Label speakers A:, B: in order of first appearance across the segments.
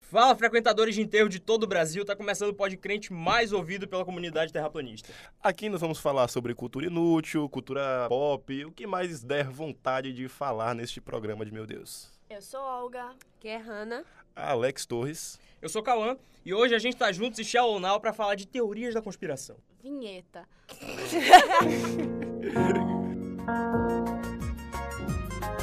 A: Fala, frequentadores de enterro de todo o Brasil. Tá começando o Pod Crente mais ouvido pela comunidade terraplanista.
B: Aqui nós vamos falar sobre cultura inútil, cultura pop, o que mais der vontade de falar neste programa de meu Deus.
C: Eu sou Olga.
D: Que é Hanna.
B: Alex Torres.
A: Eu sou Cauã e hoje a gente tá juntos em Shell ou Now pra falar de teorias da conspiração.
C: Vinheta.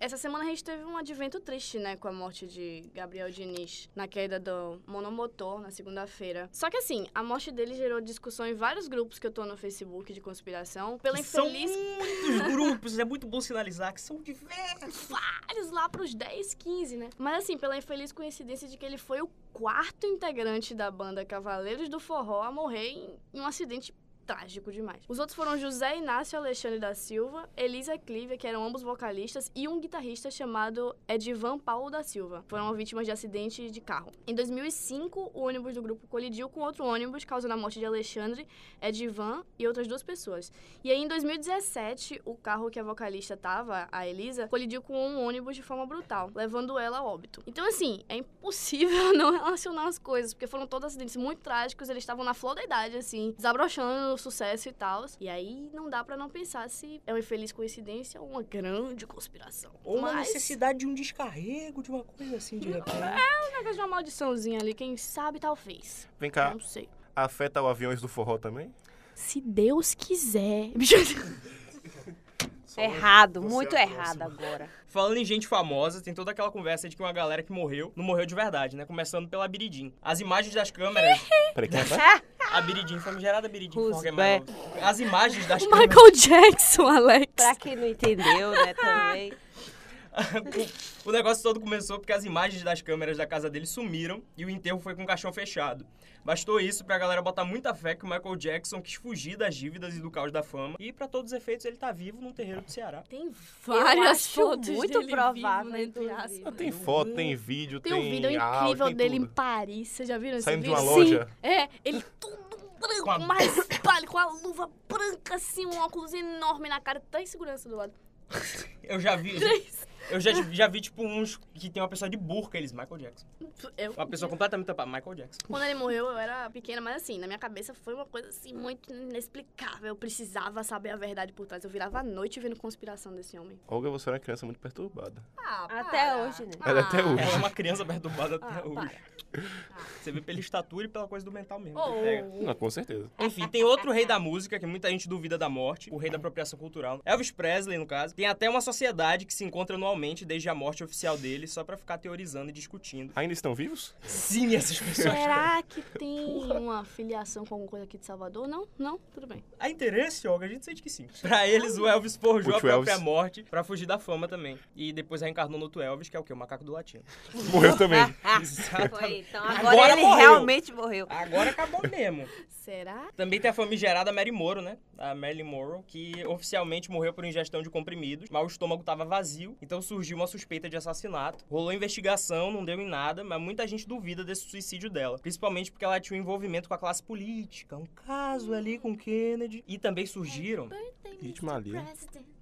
C: Essa semana a gente teve um advento triste, né, com a morte de Gabriel Diniz na queda do monomotor na segunda-feira. Só que assim, a morte dele gerou discussão em vários grupos que eu tô no Facebook de conspiração pela
A: Que são
C: infeliz
A: muitos grupos, é muito bom sinalizar que são diversos.
C: vários lá pros 10, 15, né? Mas assim, pela infeliz coincidência de que ele foi o quarto integrante da banda Cavaleiros do Forró a morrer em, em um acidente trágico demais. Os outros foram José Inácio Alexandre da Silva, Elisa Clive, que eram ambos vocalistas, e um guitarrista chamado Edvan Paulo da Silva. Foram vítimas de acidente de carro. Em 2005, o ônibus do grupo colidiu com outro ônibus, causando a morte de Alexandre, Edvan É e outras duas pessoas. E aí, em 2017, o carro que a vocalista tava, a Elisa, colidiu com um ônibus de forma brutal, levando ela a óbito. Então, assim, é impossível não relacionar as coisas, porque foram todos acidentes muito trágicos, eles estavam na flor da idade, assim, desabrochando no sucesso e tal. E aí, não dá pra não pensar se é uma infeliz coincidência ou uma grande conspiração.
A: Ou uma
C: Mas,
A: necessidade de um descarrego, de uma coisa assim, de repente.
C: é um negócio de uma maldiçãozinha ali, quem sabe, talvez.
B: Vem cá,
A: Tá.
C: Não sei.
B: afeta o aviões do forró também?
C: Se Deus quiser. um
D: Errado,
B: você
D: muito
B: é a
D: errado agora.
A: Falando em gente famosa, tem toda aquela conversa de que uma galera que morreu não morreu de verdade, né? Começando pela Biridim. As imagens das câmeras.
B: Peraí, quem é?
A: A Biridim, famigerada Biridim.
D: Who's
A: qualquer maluco. As imagens das câmeras.
C: Michael Jackson, Alex.
D: Pra quem não entendeu, né, também.
A: o negócio todo começou porque as imagens das câmeras da casa dele sumiram e o enterro foi com o caixão fechado. Bastou isso pra galera botar muita fé que o Michael Jackson quis fugir das dívidas e do caos da fama. E pra todos os efeitos, ele tá vivo num terreiro do Ceará.
C: Tem
D: Eu
C: várias
D: acho
C: fotos
D: muito
C: dele
D: provável,
C: vivo, né, entre
D: inclusive.
C: aspas.
B: Ah, Tem foto, tem vídeo, tem...
C: Tem um vídeo
B: áudio,
C: incrível
B: tem
C: dele em
B: tudo.
C: Paris, vocês já viram esse
B: Saindo de
C: vídeo?
B: uma
C: Sim,
B: loja.
C: é, ele todo branco,
A: Com a-
C: mais pálido, com a luva branca assim, um óculos enorme na cara, tá em segurança do lado.
A: Eu já vi. Eu já, já vi, tipo, uns que tem uma pessoa de burca, eles, Michael Jackson.
C: Eu,
A: Uma pessoa completamente tapada, Michael Jackson.
C: Quando ele morreu, eu era pequena, mas assim, na minha cabeça foi uma coisa assim muito inexplicável. Eu precisava saber a verdade por trás. Eu virava a noite vendo conspiração desse homem.
B: Olga, você é uma criança muito perturbada.
C: Ah,
D: Até
C: para.
D: hoje, né?
B: Ela até hoje.
A: Ela é uma criança perturbada até
C: Ah,
A: hoje. Você vê pela estatura e pela coisa do mental mesmo. que pega.
C: Oh,
B: Não, com certeza.
A: Enfim, tem outro rei da música que muita gente duvida da morte, o rei da apropriação cultural. Elvis Presley, no caso. Tem até uma sociedade que se encontra anualmente desde a morte oficial dele, só pra ficar teorizando e discutindo. É.
B: Ainda estão vivos?
A: Sim, essas pessoas.
C: Será que tem uma filiação com alguma coisa aqui de Salvador? Não? Não? Tudo bem.
A: Há interesse, Olga? A gente sente que sim. Pra eles, o Elvis forjou a
B: Outro Elvis.
A: própria morte pra fugir da fama também. E depois reencarnou no outro Elvis, que é o quê? O macaco do latino.
B: Morreu também.
D: Foi,
A: Exatamente.
D: então agora,
A: Agora
D: ele
A: morreu. É.
D: realmente morreu.
A: Agora acabou mesmo.
C: Será?
A: Também tem a famigerada Mary Moro, né? A Marilyn Monroe, que oficialmente morreu por ingestão de comprimidos, mas o estômago estava vazio, então surgiu uma suspeita de assassinato. Rolou investigação, não deu em nada, mas muita gente duvida desse suicídio dela, principalmente porque ela tinha um envolvimento com a classe política, um caso ali com Kennedy. E também surgiram
B: Ritmo ali.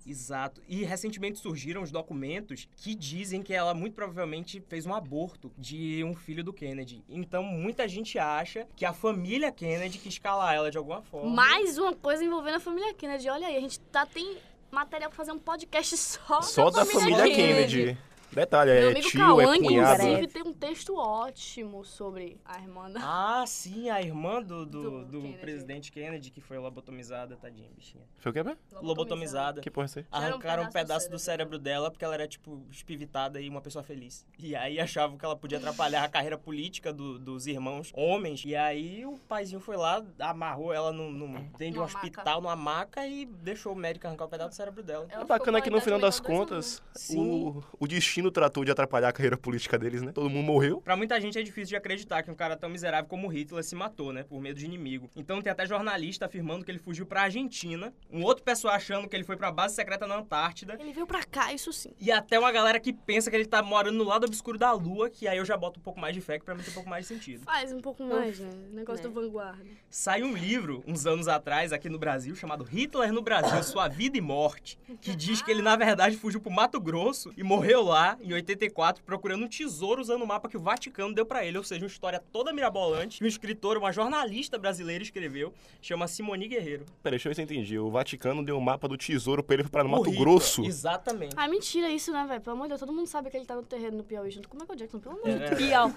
A: Exato. E recentemente surgiram os documentos que dizem que ela muito provavelmente fez um aborto de um filho do Kennedy. Então muita gente acha que a família Kennedy quis calar ela de alguma forma.
C: Mais uma coisa envolvendo a família Kennedy. Olha aí, a gente tá, tem material pra fazer um podcast só,
B: Só da família Kennedy. Detalhe,
C: Meu
B: é
C: amigo
B: tio,
C: Cauã,
B: é
C: que
B: cunhado.
C: inclusive tem um texto ótimo sobre a irmã da...
A: Ah, sim, a irmã do, do,
C: Do
A: do
C: Kennedy.
A: presidente Kennedy que foi lobotomizada, tadinha, bichinha.
B: Foi o que, Bé?
A: Lobotomizada.
B: Que porra é isso aí?
C: Tiraram um
A: Arrancaram um
C: pedaço do
A: pedaço do
C: cérebro
A: cérebro dela porque ela era, tipo, espivitada e uma pessoa feliz. E aí achavam que ela podia atrapalhar a carreira política do- dos irmãos homens. E aí o paizinho foi lá, amarrou ela num, num, dentro de um
C: É. Numa maca.
A: hospital, numa maca, e deixou o médico arrancar o pedaço do cérebro dela.
B: É
C: Ela ficou
B: bacana que no
C: com a
B: final
C: idade
B: das
C: melhor dois anos.
B: contas,
A: Sim.
B: o, o destino tratou de atrapalhar a carreira política deles, né? Todo mundo morreu.
A: Pra muita gente é difícil de acreditar que um cara tão miserável como Hitler se matou, né? Por medo de inimigo. Então tem até jornalista afirmando que ele fugiu pra Argentina, um outro pessoal achando que ele foi pra base secreta na Antártida.
C: Ele veio pra cá, isso sim.
A: E até uma galera que pensa que ele tá morando no lado obscuro da lua, que aí eu já boto um pouco mais de fé, que pra mim tem um pouco mais de sentido.
C: Faz um pouco mais, né? Negócio
D: Né?
C: do vanguarda.
A: Saiu um livro, uns anos atrás, aqui no Brasil, chamado Hitler no Brasil, Sua Vida e Morte, que diz que ele, na verdade, fugiu pro Mato Grosso e morreu lá, Pará, em 84, procurando um tesouro usando o mapa que o Vaticano deu pra ele, ou seja, uma história toda mirabolante que um escritor, uma jornalista brasileira escreveu, chama Simone Guerreiro.
B: Peraí, deixa eu ver se eu entendi. O Vaticano deu um mapa do tesouro pra ele pra no
A: O
B: Mato
A: Rica,
B: Grosso.
A: Exatamente.
C: Ah, mentira isso, né, velho? Pelo amor de Deus, todo mundo sabe que ele tá no terreno no Piauí junto com o Michael Jackson, pelo
B: É.
C: amor de
A: É.
C: Deus.
D: Piau.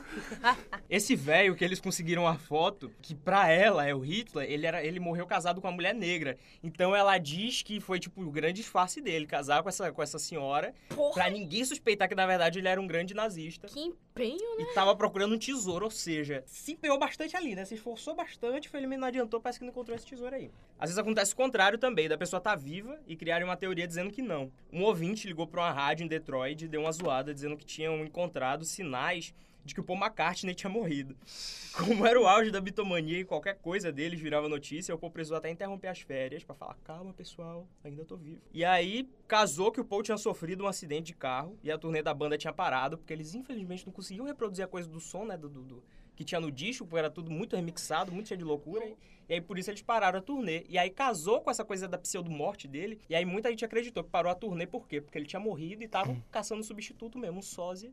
A: Esse velho que eles conseguiram a foto, que pra ela é o Hitler, ele, era, ele morreu casado com uma mulher negra. Então ela diz que foi, tipo, o grande disfarce dele, casar com essa, com essa senhora,
D: Porra.
A: pra ninguém suspeitar que, na verdade, ele era um grande nazista.
C: Que empenho,
A: E tava procurando um tesouro, ou seja, se empenhou bastante ali, né? Se esforçou bastante, felizmente não adiantou, parece que não encontrou esse tesouro aí. Às vezes acontece o contrário também, da pessoa tá viva e criarem uma teoria dizendo que não. Um ouvinte ligou pra uma rádio em Detroit e deu uma zoada dizendo que tinham encontrado sinais de que o Paul McCartney tinha morrido. Como era o auge da bitomania e qualquer coisa deles virava notícia, o Paul precisou até interromper as férias pra falar: calma, pessoal, ainda tô vivo. E aí casou que o Paul tinha sofrido um acidente de carro e a turnê da banda tinha parado, porque eles infelizmente não conseguiam reproduzir a coisa do som, né? Do, do- do- que tinha no disco, porque era tudo muito remixado, muito cheio de loucura. E, e aí por isso eles pararam a turnê. E aí casou com essa coisa da pseudo-morte dele. E aí muita gente acreditou que parou a turnê, por quê? Porque ele tinha morrido e tava caçando um substituto mesmo, um sósia,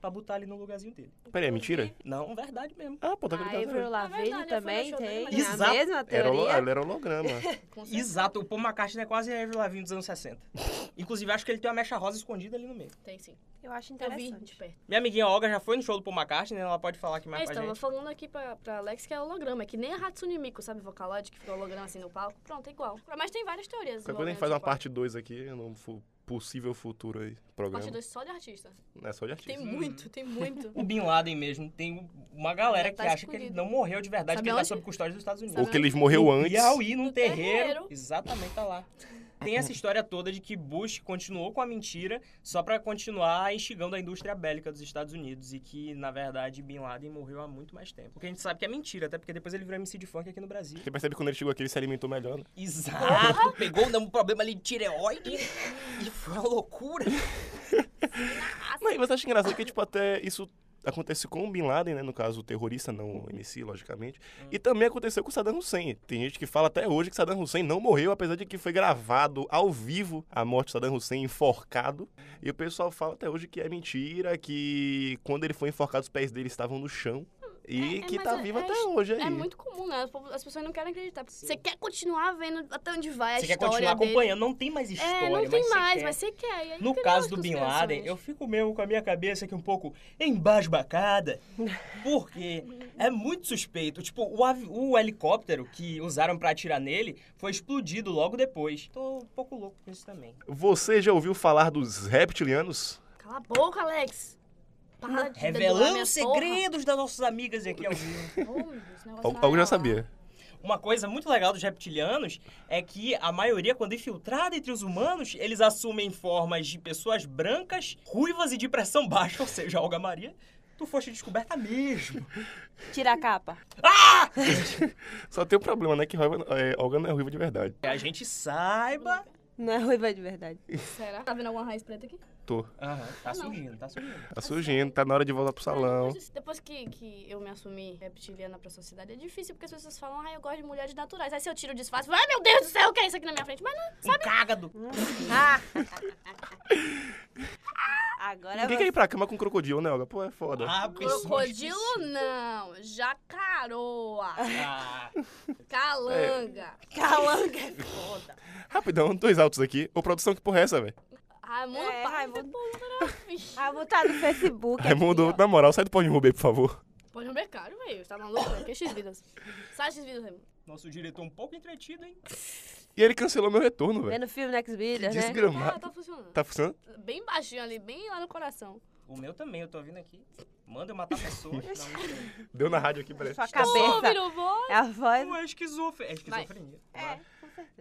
A: pra botar ali no lugarzinho dele.
B: Peraí, é mentira?
A: Não, verdade mesmo.
B: Ah, pô, tá
D: A
B: acreditando.
D: Avril
C: É
D: Lavigne
C: verdade, eu fui no
D: também
C: show
D: tem
C: dele,
A: mas-
D: a
A: Exato.
D: mesma
B: Era, holo-
D: teoria.
B: ela era holograma.
C: né?
A: Exato, o Paul McCartney é quase a Avril Lavigne dos anos 60. Inclusive, acho que ele tem uma mecha rosa escondida ali no meio.
C: Tem sim.
D: Eu acho
C: Eu vi de
D: interessante.
C: perto.
A: Minha amiguinha Olga já foi no show do Paul McCartney, né? ela pode falar aqui
C: É,
A: mais pra
C: estava
A: gente.
C: falando aqui pra, pra Alex que é holograma, é que nem a Hatsune Miku, sabe, Vocaloid, que fica holograma assim no palco. Pronto, é igual. Mas tem várias teorias. tipo,
B: Qualquer coisa a gente
C: envolvendo
B: faz uma
C: esse palco.
B: parte 2 aqui, no fu- possível futuro aí, programa.
C: Parte 2 só de artista.
B: É só de artista.
C: Tem muito, tem muito.
A: O Bin Laden mesmo, tem um, uma galera
C: Já tá
A: que acha que
C: escolhido.
A: ele não morreu de verdade,
C: Sabe
A: que ele tá
C: onde?
A: sob custódia dos Estados Unidos.
B: Ou
C: Sabe
B: que eles morreu
A: Em
B: antes.
A: Piauí, num
C: No
A: terreiro.
C: terreiro.
A: Exatamente, tá lá. Tem essa história toda de que Bush continuou com a mentira só pra continuar instigando a indústria bélica dos Estados Unidos e que, na verdade, Bin Laden morreu há muito mais tempo. Porque a gente sabe que é mentira, até porque depois ele virou MC de funk aqui no Brasil.
B: Você percebe que quando ele chegou aqui, ele se alimentou melhor, né?
C: Ah.
A: Exato, pegou um problema ali de tireoide e foi uma loucura.
B: Não, e você acha engraçado que, tipo, até isso acontece com o Bin Laden, né? No caso, o terrorista, não o MC, logicamente.
C: Hum.
B: E também aconteceu com o Saddam Hussein. Tem gente que fala até hoje que Saddam Hussein não morreu, apesar de que foi gravado ao vivo a morte de Saddam Hussein enforcado. E o pessoal fala até hoje que é mentira, que quando ele foi enforcado, os pés dele estavam no chão. E
C: É, é,
B: que
C: mas
B: tá
C: é-
B: vivo
C: é
B: até
C: est-
B: hoje aí.
C: É muito comum, né? As po- As pessoas não querem acreditar. Você quer continuar vendo até onde vai É a
A: Você quer
C: história
A: continuar
C: dele.
A: acompanhando, não tem mais história,
C: É, não
A: mas
C: tem
A: você
C: mais,
A: quer.
C: mas você quer. E é aí
A: No
C: criam
A: caso
C: as
A: do Bin Laden,
C: conspirações.
A: eu fico mesmo com a minha cabeça aqui um pouco embasbacada, porque é muito suspeito. Tipo, o, avi- o helicóptero que usaram pra atirar nele foi explodido logo depois. Tô um pouco louco com isso também.
B: Você já ouviu falar dos reptilianos?
C: Cala a boca, Alex! Para de dedurar
A: Revelando
C: minha
A: os segredos das nossas amigas aqui ao vivo.
C: Porra. Oh, meu Deus, esse negócio
B: Al-
C: vai
B: Algo já
C: rolar.
B: sabia.
A: Uma coisa muito legal dos reptilianos é que a maioria, quando infiltrada entre os humanos, eles assumem formas de pessoas brancas, ruivas e de pressão baixa. Ou seja, Olga Maria, tu foste descoberta mesmo.
D: Tira a capa.
B: Só tem um problema, né? Que Olga é, Olga não é ruiva de verdade.
A: Que a gente saiba.
D: Não é ruiva de verdade.
C: Será? Tá vendo alguma raiz preta aqui?
B: Tô.
A: Aham, tá
C: Não.
A: surgindo, tá surgindo.
B: Tá
C: é.
B: surgindo, tá na hora de voltar pro salão.
C: Depois, depois que, que eu me assumi reptiliana pra sociedade, é difícil, porque as pessoas falam, ah, eu gosto de mulheres naturais. Aí se eu tiro o disfarce, ai meu Deus do céu, o que é isso aqui na minha frente? Mas não,
A: Um cágado.
D: Agora
B: Ninguém quer ir pra cama com crocodilo, né, Olga? Pô, é foda.
A: Ah, pessoas
C: crocodilo não, jacaroa,
A: Ah,
C: calanga.
D: Calanga é foda.
B: Rapidão, dois altos aqui. Ô, produção, que porra é essa, velho?
C: Raimundo
D: É,
C: Paiva,
D: Raimundo.
C: pô, vixe.
D: Ah, vou tá no Facebook. aqui,
B: Raimundo,
D: ó.
B: na moral, sai do pau de Rubê, por favor.
C: Pode não caro, velho, você tá maluco, velho, que X-Vidas. Sai X-Vidas, Raimundo.
A: nosso diretor um pouco entretido, hein?
B: E ele cancelou meu retorno, velho.
D: Vendo filme Next Video, né?
C: Ah,
B: Desgramado.
C: tá funcionando.
B: Tá funcionando?
C: Bem baixinho ali, bem lá no coração.
A: O meu também, eu tô vindo aqui. Manda eu matar pessoas. Não,
B: Deu na rádio aqui, parece.
D: Sua
C: Ô,
D: cabeça.
C: virou voz.
D: É a voz.
A: não é esquizofrenia. É esquizofrenia.
D: É.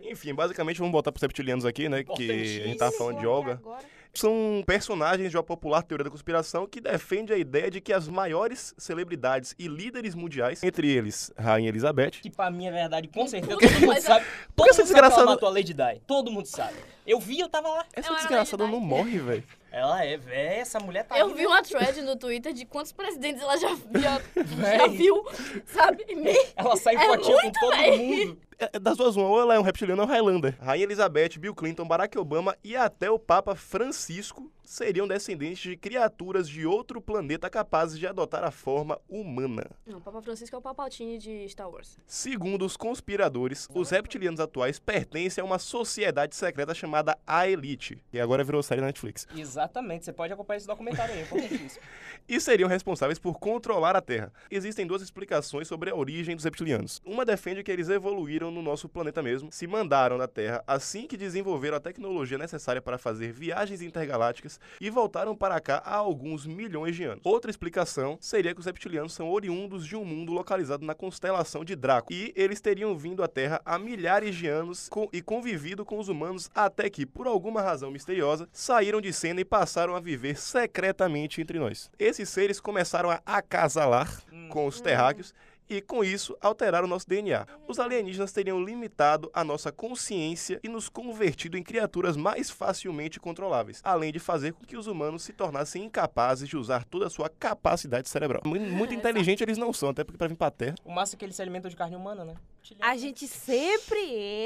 B: Enfim, basicamente, vamos voltar pros reptilianos aqui, né? Que a gente tava falando de Olga.
D: Agora.
B: são personagens de uma popular teoria da conspiração que defende a ideia de que as maiores celebridades e líderes mundiais, entre eles Rainha Elizabeth,
A: Que pra mim é verdade, com
C: Não
A: certeza.
C: tudo,
A: Todo mundo
C: mas-
A: sabe. Todo
B: essa
A: mundo sabe que
B: desgraçada-
A: ela matou a Lady Di. Todo mundo sabe. Eu vi, eu tava lá.
B: essa
C: Ela era
B: desgraçada não
C: Lady
B: morre, velho.
A: Ela é, véi, essa mulher tá
C: Eu
A: aí,
C: vi uma thread no Twitter de quantos presidentes ela já, já, já
A: Véi.
C: viu, sabe? E meio-
A: Ela sai
C: É
A: fotinho com todo mundo.
B: É- é Das duas, uma, ou ela é um reptiliano ou é um Highlander. Rainha Elizabeth, Bill Clinton, Barack Obama e até o Papa Francisco seriam descendentes de criaturas de outro planeta capazes de adotar a forma humana.
C: Não, o Papa Francisco é o Papatini de Star Wars.
B: Segundo os conspiradores, os reptilianos atuais pertencem a uma sociedade secreta chamada A Elite, e agora virou série na Netflix,
A: Exatamente, você pode acompanhar esse documentário aí, é importantíssimo.
B: e seriam responsáveis por controlar a Terra. Existem duas explicações sobre a origem dos reptilianos. Uma defende que eles evoluíram no nosso planeta mesmo, se mandaram da Terra assim que desenvolveram a tecnologia necessária para fazer viagens intergalácticas e voltaram para cá há alguns milhões de anos. Outra explicação Então, seria que os reptilianos são oriundos de um mundo localizado na constelação de Draco e eles teriam vindo à Terra há milhares de anos co- e convivido com os humanos até que, por alguma razão misteriosa, saíram de cena e passaram a viver secretamente entre nós. Esses seres começaram a acasalar
A: Hum.
B: com os terráqueos e, com isso, alteraram o nosso DNA. Os alienígenas teriam limitado a nossa consciência e nos convertido em criaturas mais facilmente controláveis, além de fazer com que os humanos se tornassem incapazes de usar toda a sua capacidade cerebral. Mu- Muito inteligente eles não são, até porque para vir pra Terra...
A: O massa é que eles se alimentam de carne humana, né?
D: A gente sempre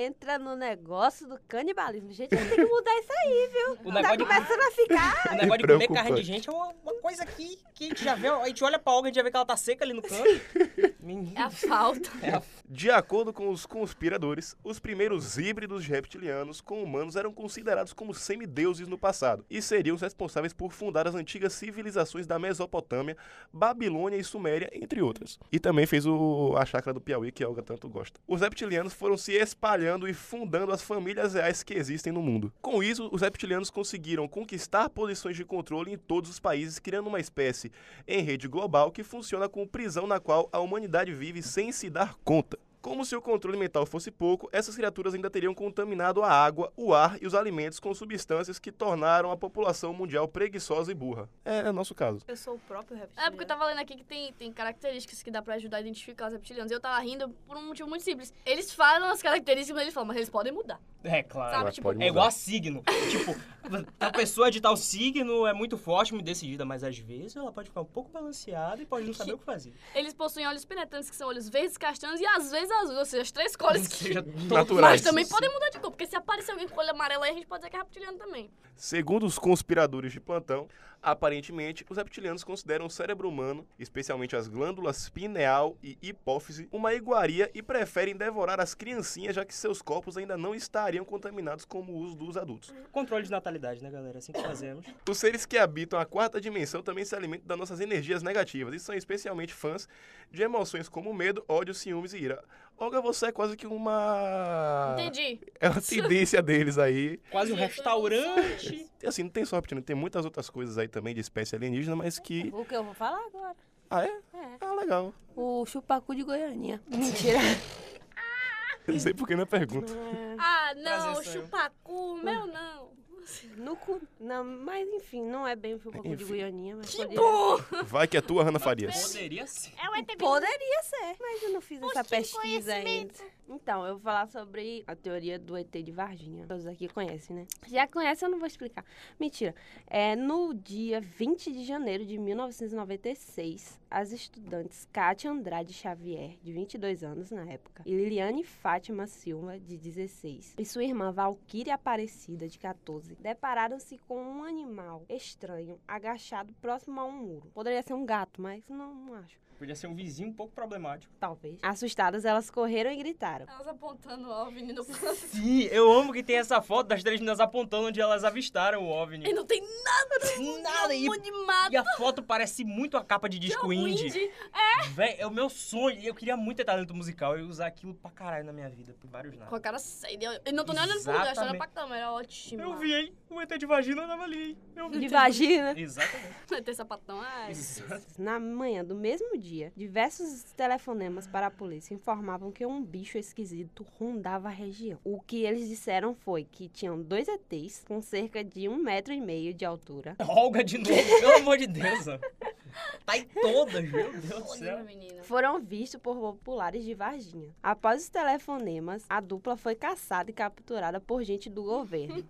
D: entra no negócio do canibalismo. Gente, a gente tem que mudar isso aí.
A: O
D: Tá
A: negócio de,
D: começando a ficar.
A: o negócio de comer carne
B: preocupante.
A: de gente é uma, uma coisa que, que a gente já vê, a gente olha pra alga, a gente já vê que ela tá seca ali no canto. Menino.
C: É a falta.
B: De acordo com os conspiradores, os primeiros híbridos de reptilianos com humanos eram considerados como semideuses no passado e seriam os responsáveis por fundar as antigas civilizações da Mesopotâmia, Babilônia e Suméria, entre outras. E também fez o, a chácara do Piauí, que a Olga tanto gosta. Os reptilianos foram se espalhando e fundando as famílias reais que existem no mundo. Com isso, os reptilianos conseguiram conquistar posições de controle em todos os países, criando uma espécie em rede global que funciona como prisão na qual a humanidade vive sem se dar conta. Como se o controle mental fosse pouco, essas criaturas ainda teriam contaminado a água, o ar e os alimentos com substâncias que tornaram a população mundial preguiçosa e burra. É, é nosso caso.
E: Eu sou o próprio reptiliano.
C: É porque eu tava lendo aqui que tem, tem características que dá pra ajudar a identificar os reptilianos. E eu tava rindo por um motivo muito simples. Eles falam as características, mas eles falam, mas eles podem mudar.
A: É claro.
C: Sabe,
B: Ela
C: tipo,
B: pode
A: É
B: mudar.
A: igual a signo. tipo, a pessoa de tal signo é muito forte, muito decidida, mas às vezes ela pode ficar um pouco balanceada e pode não saber o que fazer.
C: Eles possuem olhos penetrantes, que são olhos verdes, castanhos e às vezes azuis. Ou seja, as três cores que...
A: Seja
B: naturais.
C: Mas também podem mudar de cor, porque se aparecer alguém com olho amarelo aí, a gente pode dizer que é reptiliano também.
B: Segundo os conspiradores de plantão, aparentemente, os reptilianos consideram o cérebro humano, especialmente as glândulas pineal e hipófise, uma iguaria e preferem devorar as criancinhas, já que seus corpos ainda não estariam contaminados como os dos adultos.
A: Controle de natalidade, né, galera? Assim que fazemos.
B: Os seres que habitam a quarta dimensão também se alimentam das nossas energias negativas e são especialmente fãs de emoções como medo, ódio, ciúmes e ira. Olga, você é quase que
A: Ah.
B: uma.
C: Entendi.
B: É uma tendência deles aí.
A: Quase um restaurante.
B: E assim, não tem só reptiliano, tem muitas outras coisas aí também de espécie alienígena, mas que.
D: O que eu vou falar agora?
B: Ah, é?
D: É.
B: Ah, legal.
D: O chupacu de Goiânia. Mentira.
B: Eu Não sei por que não é pergunta.
C: Ah, não,
A: Prazer, sou eu.
C: chupacu, meu não.
D: No cu... Não, mas enfim, não é bem o chupacu de
B: Enfim.
D: Goiânia, mas poderia.
B: Vai que é tua, Ana Farias.
A: Poderia ser.
C: É o ETB.
D: Poderia ser, mas eu não fiz essa
C: Busque
D: pesquisa ainda. Então, eu vou falar sobre a teoria do ET de Varginha. Todos aqui conhecem, né? Já conhecem, eu não vou explicar. Mentira. É, no dia 20 de janeiro de 1996, as estudantes Kátia Andrade Xavier, de 22 anos na época, e Liliane Fátima Silva, de 16, e sua irmã Valquíria Aparecida, de 14, depararam-se com um animal estranho agachado próximo a um muro. Poderia ser um gato, mas não, não acho.
A: Podia ser um vizinho um pouco problemático.
D: Talvez. Ah, Assustadas, elas correram e gritaram.
C: Elas apontando o OVNI no
A: Sim, eu amo que tem essa foto das três meninas apontando onde elas avistaram o
C: E
A: OVNI.
C: não tem
A: Nada, e,
C: nada de mato.
A: e a foto parece muito a capa de disco indie.
C: Windy.
A: Véi, é o meu sonho. Eu queria muito ter talento musical e usar aquilo pra caralho na minha vida, por vários
C: Com
A: lados.
C: a cara séria. Eu não tô nem olhando pro lugar, tô olhando pra câmera. Ótimo.
A: Eu vi, hein? O ET de vagina tava ali, hein? Eu vi.
D: De vagina.
A: Exatamente.
C: Tem sapatão. Ai.
A: Exato.
D: Na manhã do mesmo dia, diversos telefonemas para a polícia informavam que um bicho esquisito rondava a região. O que eles disseram foi que tinham dois ETs com cerca de um metro e meio de altura.
A: Olga de novo, pelo amor de Deus. ó. tá em todas, meu Deus do
C: Olha,
A: céu.
C: menina.
D: foram vistos por populares de Varginha. Após os telefonemas, a dupla foi caçada e capturada por gente do governo.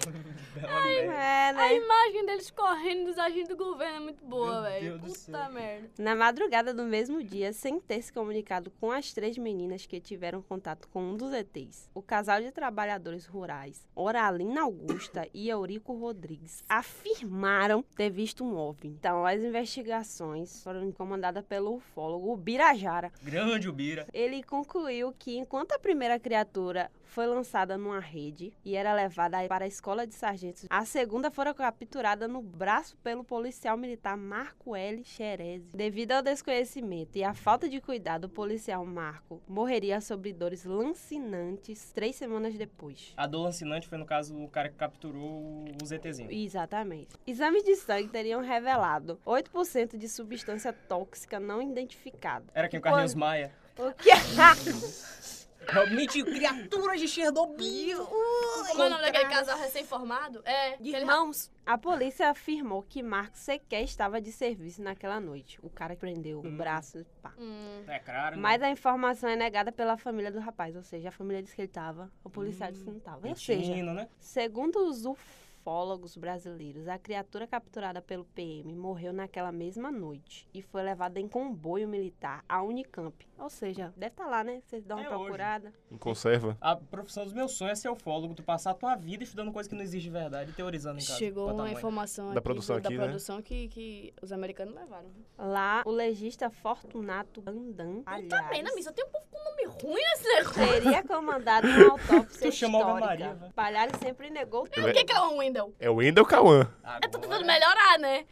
A: Bela merda.
D: É,
C: A
D: né?
C: imagem deles correndo dos agentes do governo é muito boa,
A: Meu
C: velho.
A: Deus do
C: Puta
A: céu.
C: merda.
D: Na madrugada do mesmo dia, sem ter se comunicado com as três meninas que tiveram contato com um dos ETs, o casal de trabalhadores rurais, Oralina Augusta e Eurico Rodrigues, afirmaram ter visto um OVNI. Então, as investigações foram comandadas pelo ufólogo Birajara,
A: Grande Ubira.
D: ele concluiu que enquanto a primeira criatura foi lançada numa rede e era levada para a escola de sargentos, a segunda fora capturada no braço pelo policial militar Marco L. Xerez. Devido ao desconhecimento e à falta de cuidado, o policial Marco morreria sobre dores lancinantes três semanas depois.
A: A do lancinante foi, no caso, o cara que capturou o ZTzinho.
D: Exatamente. Exames de sangue teriam revelado 8% de substância tóxica não identificada.
A: Era quem? O Carlinhos Maia. É
D: O que?
A: Realmente, criatura de Chernobyl.
C: Como é o nome daquele casal recém-formado? É.
D: De
C: aquele ra-
D: Irmãos, a polícia afirmou que Marcos sequer estava de serviço naquela noite. O cara que prendeu o
A: Hum.
D: braço, pá.
C: Hum.
A: É claro. né?
D: Mas a informação é negada pela família do rapaz, ou seja, a família disse que ele estava, o policial
A: Hum,
D: disse que não estava. Ou seja,
A: Mentindo, né?
D: segundo os ufólogos brasileiros, a criatura capturada pelo PM morreu naquela mesma noite e foi levada em comboio militar à Unicamp. Ou seja, deve estar lá, né? Vocês dão uma
A: Até hoje.
D: procurada.
B: Em conserva.
A: A profissão dos meus sonhos é ser ufólogo. Tu passar a tua vida estudando coisa que não existe de verdade e teorizando em casa.
C: Chegou
A: pra tua
C: uma
A: mãe.
C: informação
B: Da
C: aqui,
B: produção
C: do- da
B: aqui, né?
C: produção que, que os americanos levaram.
D: Lá, o legista Fortunato Bandan
C: Também, né,
D: Palhares-
C: Miss? Só tem um povo com nome ruim nesse negócio.
D: Seria comandado uma autópsia
A: Tu chama Olga
D: histórica.
A: Maria, vai.
D: Palhares sempre
C: O
D: negou,
C: que que é um window?
B: É o Wendel Kawan.
A: Agora,
C: Eu tô tentando melhorar, né?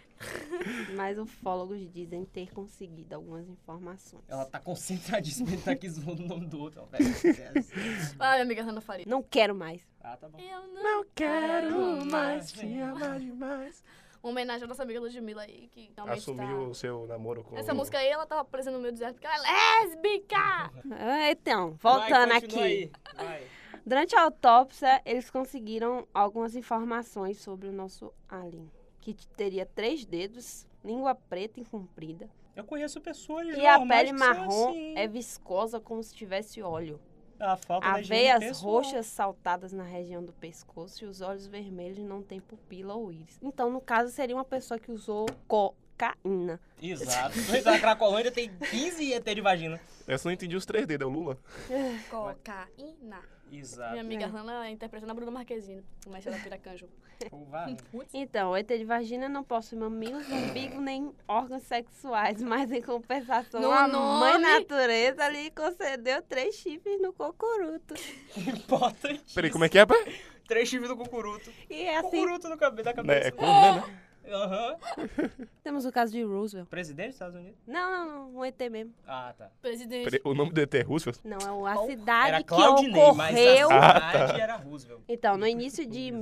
D: mas ufólogos dizem ter conseguido algumas informações.
A: Ela tá concentradíssima e tá aqui zoando o nome do outro. ó, velho.
C: Ah, minha amiga Hanna Faria.
D: Não quero mais.
A: ah, tá bom.
C: Eu não...
B: Não
A: quero mais te amar
B: demais.
C: Uma homenagem à nossa amiga Ludmilla aí, que realmente
B: Assumiu
C: tá...
B: o seu namoro com...
C: Essa música aí, ela tava presa no meio do deserto porque ela é lésbica!
D: Ah, Então, voltando
A: Vai,
D: aqui.
A: continua aí, vai.
D: Durante a autópsia, eles conseguiram algumas informações sobre o nosso alien. Que t- teria três dedos, língua preta e comprida.
A: Eu conheço pessoas
D: E a
A: normais
D: pele
A: que são
D: marrom
A: assim.
D: é viscosa como se tivesse óleo.
A: A falta um da higiene
D: Aveias
A: pessoal.
D: roxas saltadas na região do pescoço e os olhos vermelhos não têm pupila ou íris. Então, no caso, seria uma pessoa que usou cocaína.
A: Exato. Na Cracolândia tem 15 ET de vagina.
B: Essa eu não entendi os três dedos, é o Lula.
C: Cocaína. Minha
A: Exato.
C: amiga
D: É.
C: Hanna interpretando a Bruna Marquezine, começa da Piracanjo.
A: Pô, vai.
D: Então, o ET de vagina não possui mamilos, umbigo nem órgãos sexuais, mas em compensação,
C: No
D: a
C: nome-
D: mãe natureza lhe concedeu três chifres no cocoruto.
A: Importante.
B: Peraí, como é que é, pá?
A: Três chifres do cucuruto.
D: E é assim,
A: Cucuruto no cabelo da
B: Né, É
A: cabeça.
B: com, né, né?
A: Aham.
D: temos o caso de Roosevelt.
A: Presidente dos Estados Unidos?
D: Não, não, não, um ET mesmo.
A: Ah, tá.
C: Presidente.
B: Peraí, o nome do ET é Roosevelt?
D: Não, é o- a
A: Bom,
D: cidade
A: Era
D: que
A: Claudinei, mas a
D: ocorreu...
B: Ah, tá.
A: cidade era Roosevelt.
D: Então, no início de
A: Exato.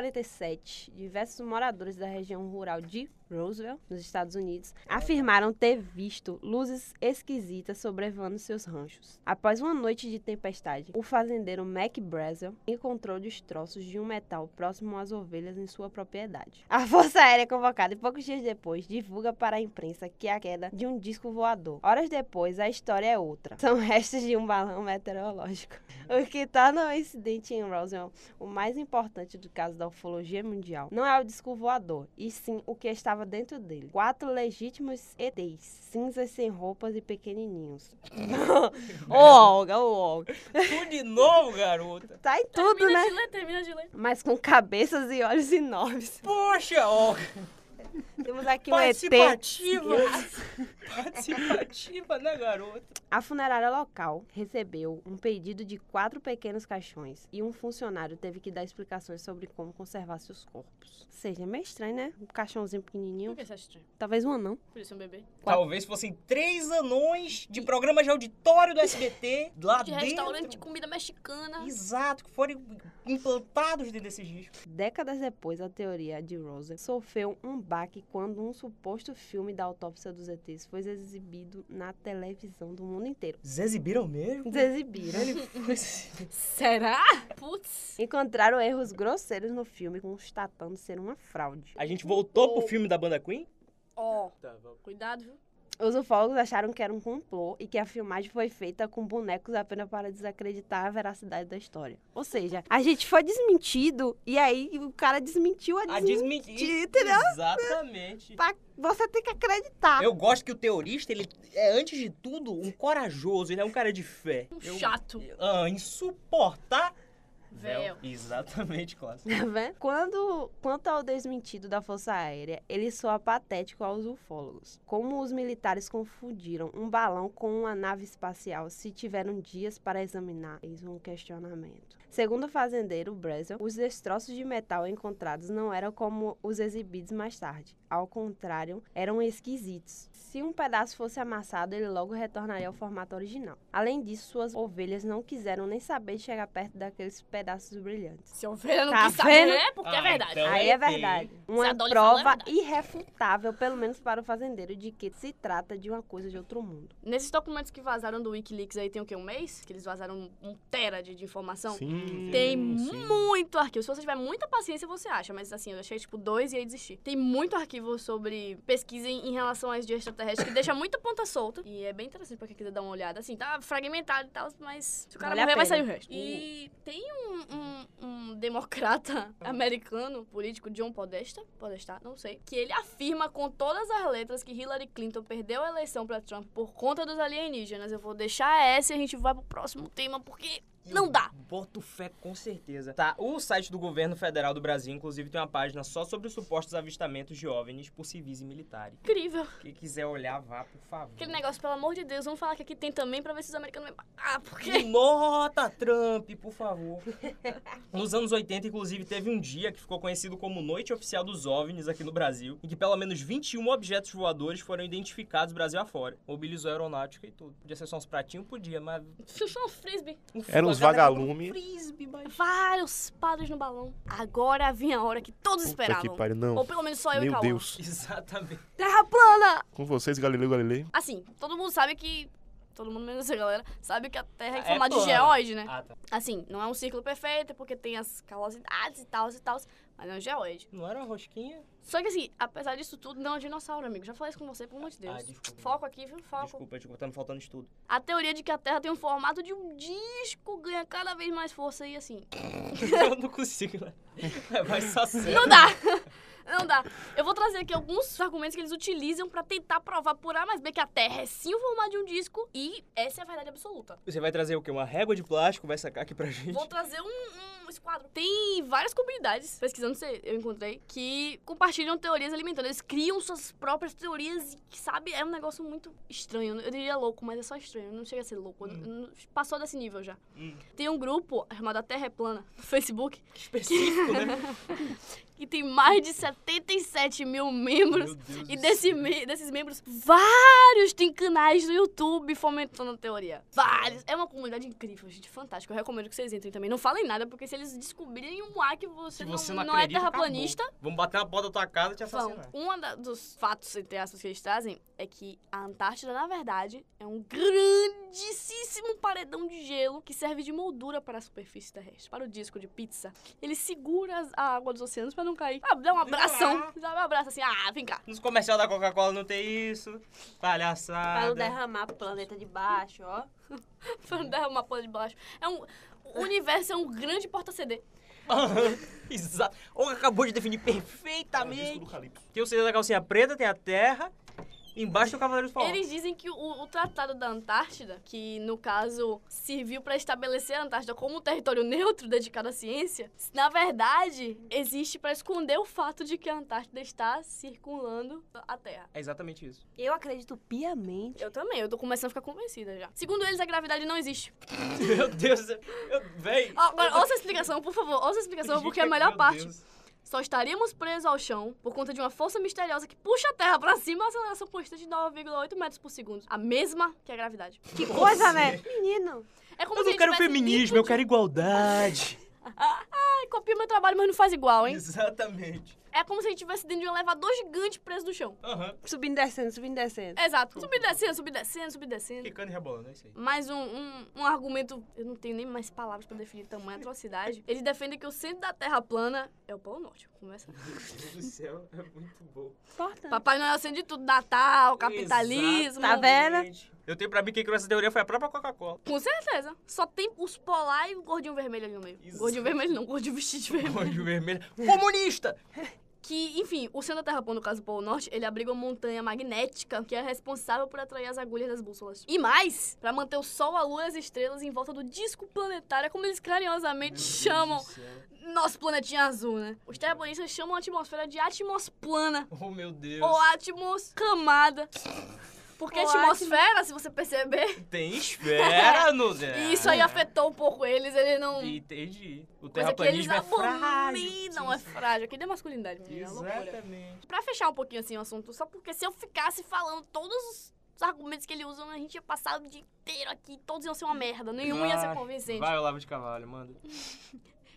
D: 1947, diversos moradores da região rural de Roosevelt, nos Estados Unidos, afirmaram ter visto luzes esquisitas sobrevoando seus ranchos. Após uma noite de tempestade, o fazendeiro Mac Brazel encontrou destroços de um metal próximo às ovelhas em sua propriedade. A Força Aérea, convocada e poucos dias depois, divulga para a imprensa que é a queda de um disco voador. Horas depois, a história é outra. São restos de um balão meteorológico. O que torna o tá incidente em Roswell o mais importante do caso da ufologia mundial não é o disco voador, e sim o que estava dentro dele. Quatro legítimos ETs, cinzas sem roupas e pequenininhos. Ô, Olga, ô, Olga.
A: Tu de novo, garota.
D: Tá em tudo,
C: termina
D: né?
C: de ler, termina de ler.
D: Mas com cabeças e olhos enormes.
A: Poxa, ó.
D: Temos aqui um ET.
A: Participativa. Participativa, né, garota?
D: A funerária local recebeu um pedido de quatro pequenos caixões e um funcionário teve que dar explicações sobre como conservar seus corpos. Ou seja, é meio estranho, né? Um caixãozinho pequenininho.
C: Por que você acha estranho?
D: Talvez um anão.
C: Por isso é um bebê.
A: Talvez fossem três anões de programa de auditório do SBT lá
C: De
A: dentro.
C: restaurante de comida mexicana.
A: Exato, que foram implantados dentro desses discos.
D: Décadas depois, a teoria de Rosa sofreu um baque quando um suposto filme da autópsia dos ETs foi exibido na televisão do mundo inteiro.
A: Eles exibiram é mesmo?
D: Eles exibiram.
C: Será? Putz.
D: Encontraram erros grosseiros no filme, constatando ser uma fraude.
A: A gente voltou pro filme da banda Queen?
C: Ó,
E: Tá, vamos.
C: cuidado, viu?
D: Os ufólogos acharam que era um complô e que a filmagem foi feita com bonecos apenas para desacreditar a veracidade da história. Ou seja, a gente foi desmentido e aí o cara desmentiu a,
A: A
D: desmen-
A: desmentir.
D: entendeu?
A: Exatamente.
D: Pra- Você tem que acreditar.
A: Eu gosto que o teorista, ele é, antes de tudo, um corajoso, ele é um cara de fé.
C: Um
A: Eu-
C: chato.
A: Ah, insuportável.
C: Véu.
A: Exatamente, classe.
D: Tá vendo? Quando, quanto ao desmentido da Força Aérea, ele soa patético aos ufólogos. Como os militares confundiram um balão com uma nave espacial se tiveram dias para examinar? Eis um questionamento. Segundo o fazendeiro Brazel, os destroços de metal encontrados não eram como os exibidos mais tarde. Ao contrário, eram esquisitos. Se um pedaço fosse amassado, ele logo retornaria ao formato original. Além disso, suas ovelhas não quiseram nem saber de chegar perto daqueles pedaços brilhantes.
C: Se a ovelha não
D: Tá
C: quis saber,
D: vendo?
C: é porque é
A: Ah,
C: verdade.
A: então-
D: Aí é
A: tem.
D: verdade.
C: Se
D: Uma
C: a Dolly falou, é
D: prova
C: verdade.
D: irrefutável, pelo menos para o fazendeiro, de que se trata de uma coisa de outro mundo.
C: Nesses documentos que vazaram do Wikileaks aí tem o quê? Um mês? Que eles vazaram um- um tera de, de informação?
B: Sim,
C: Tem
B: sim.
C: muito arquivo. Se você tiver muita paciência, você acha. Mas assim, eu achei tipo dois e aí desisti. Tem muito arquivo sobre pesquisa em, em relação a isso de extraterrestre que deixa muita ponta solta. E é bem interessante pra quem quiser dar uma olhada. Assim, tá fragmentado e tal, mas se o cara
D: Vale a
C: morrer, vai
D: pena.
C: sair o resto. E tem um, um- um democrata americano, político, John Podesta, Podesta, não sei, que ele afirma com todas as letras que Hillary Clinton perdeu a eleição pra Trump por conta dos alienígenas. Eu vou deixar essa e a gente vai pro próximo tema, porque é não dá.
A: Boto fé com certeza. Tá, o site do governo federal do Brasil, inclusive, tem uma página só sobre os supostos avistamentos de OVNIs por civis e militares.
C: Incrível.
A: Quem quiser olhar, vá, por favor.
C: Aquele negócio, pelo amor de Deus, vamos falar que aqui tem também pra ver se os americanos vão Ah, porque.
A: Nota Trump, por favor. Nos anos 80, inclusive, teve um dia que ficou conhecido como Noite Oficial dos OVNIs aqui no Brasil, em que pelo menos 21 objetos voadores foram identificados Brasil afora. Mobilizou a aeronáutica e tudo. Podia ser só uns pratinhos? Podia, mas...
C: Chuchou um frisbee.
A: Um
B: Eram uns
A: a galera
B: vagalume.
A: com Frisbee, mas...
C: Vários padres no balão. Agora vinha a hora que todos
B: Puta que
C: esperavam.
B: pariu, não.
C: Ou pelo menos só eu e
B: Meu
C: Cauã.
B: Deus.
A: Exatamente.
C: Terra plana!
B: Com vocês, Galileu Galilei.
C: Assim, todo mundo sabe que. Todo mundo menos a galera sabe que a Terra é
A: É
C: formada de
A: plana.
C: geóide, né?
A: Ah, tá.
C: Assim, não é um círculo perfeito, porque tem as calosidades e tal e tal, mas é um geóide.
A: Não era uma rosquinha?
C: Só que assim, apesar disso tudo, não é um dinossauro, amigo. Já falei isso com você, pelo amor de
A: Ah,
B: é
C: Deus.
A: desculpa.
C: Foco aqui, viu? Foco.
A: Desculpa, desculpa, tá me faltando estudo.
C: A teoria de que a Terra tem o formato de um disco ganha cada vez mais força e assim.
A: Eu não consigo, né? É, Vai só ser.
C: Não dá! Não dá. Eu vou trazer aqui alguns argumentos que eles utilizam pra tentar provar por A mais B que a Terra é sim o formato de um disco e essa é a verdade absoluta.
A: Você vai trazer o quê? Uma régua de plástico? Vai sacar aqui pra gente?
C: Vou trazer um, um esquadro. Tem várias comunidades, pesquisando se eu encontrei, que compartilham teorias alimentando. Eles criam suas próprias teorias e, sabe, é um negócio muito estranho. Eu diria louco, mas é só estranho. Não chega a ser louco. Eu não- eu não- Passou desse nível já.
A: Hum.
C: Tem um grupo chamado A Terra é Plana no Facebook
A: Que específico, né?
C: que tem mais de 77 mil membros.
A: Meu Deus
C: E
A: do
C: desse
A: céu.
C: me- desses membros, vários têm canais no YouTube fomentando a teoria. Vários. É uma comunidade incrível, gente. Fantástico. Eu recomendo que vocês entrem também. Não falem nada, porque se eles descobrirem um ar que
A: Se
C: você,
A: você
C: não,
A: não,
C: não é
A: acredita,
C: terraplanista,
A: acabou. é. Vamos bater na porta da tua casa e te
C: vão.
A: assassinar.
C: Um dos fatos, entre aspas, que eles trazem é que a Antártida, na verdade, é um grandíssimo paredão de gelo que serve de moldura para a superfície terrestre, para o disco de pizza. Ele segura as- a água dos oceanos para não cair. Ah, dá um abração. Dá um abraço assim, ah, vem cá.
A: Nos comercial da Coca-Cola não tem isso.
D: Para não
A: Palhaçada.
D: derramar pro planeta de baixo, ó.
C: Pra não derramar plano de baixo. É um, o universo é um grande porta-CD.
A: Exato. O acabou de definir Tá
B: Disco
A: perfeitamente.
B: do Calypso.
A: Tem o CD da calcinha preta, tem a terra. Embaixo tem o Cavaleiro do Forró.
C: Eles dizem que o, o Tratado da Antártida, que no caso serviu pra estabelecer a Antártida como um território neutro dedicado à ciência, na verdade existe pra esconder o fato de que a Antártida está circulando a Terra.
A: É exatamente isso.
D: Eu acredito piamente.
C: Eu também, eu tô começando a ficar convencida já. Segundo eles, a gravidade não existe.
A: Meu Deus. Eu, véi.
C: Ó, Agora, ouça a explicação, por favor, ouça a explicação,
A: Gente,
C: porque é a
A: meu
C: melhor parte.
A: Deus.
C: Só estaríamos presos ao chão por conta de uma força misteriosa que puxa a Terra pra cima a aceleração constante de 9,8 metros por segundo. A mesma que a gravidade.
D: Que coisa, né? Menino.
C: É como
A: Eu não
C: se ele
A: quero
C: tivesse
A: feminismo,
C: bico
A: eu quero igualdade.
C: de- Ai, copia meu trabalho, mas não faz igual, hein?
A: Exatamente.
C: É como se a gente estivesse dentro de um elevador gigante preso no chão.
A: Aham.
D: Subindo e descendo, subindo e descendo.
C: Exato. Subindo, e descendo, subindo, e descendo, subindo, e descendo.
A: Quicando e rebolando, é isso aí.
C: Mais um, um, um argumento, eu não tenho nem mais palavras pra definir tamanha atrocidade. Eles defendem que o centro da Terra plana é o Polo Norte. Começa.
A: Meu Deus do céu, é muito bom.
D: Importante.
C: Papai Noel é o centro de tudo, Natal, capitalismo.
D: Tá vendo?
A: Eu tenho pra mim que criou essa teoria foi a própria Coca-Cola.
C: Com certeza. Só tem os polar e o gordinho vermelho ali no meio.
A: Isso.
C: Gordinho vermelho não, gordinho vestido de vermelho.
A: Código vermelho. Comunista!
C: Que, enfim, o centro da Terra plana, no caso do Polo Norte, ele abriga uma montanha magnética que é responsável por atrair as agulhas das bússolas. E mais, pra manter o Sol, a Lua e as estrelas em volta do disco planetário, como eles carinhosamente chamam nosso planetinha azul, né? Os terraplanistas chamam a atmosfera de atmosplana
A: Oh, meu Deus.
C: ou atmos camada. Porque a
D: Ou
C: atmosfera, se você perceber,
A: Tem esfera no
C: e isso aí afetou um pouco eles, ele não.
A: Entendi. O
C: Coisa que eles
A: terraplanismo é frágil.
C: abominam, é frágil. Aqui é masculinidade, menina. é loucura.
A: Exatamente.
C: Pra fechar um pouquinho assim o assunto, só porque se eu ficasse falando todos os os argumentos que ele usa, a gente ia passar o dia inteiro aqui, todos iam ser uma merda, nenhum ia ser
A: Ah,
C: convincente.
A: Vai, Olavo de Cavalho, manda.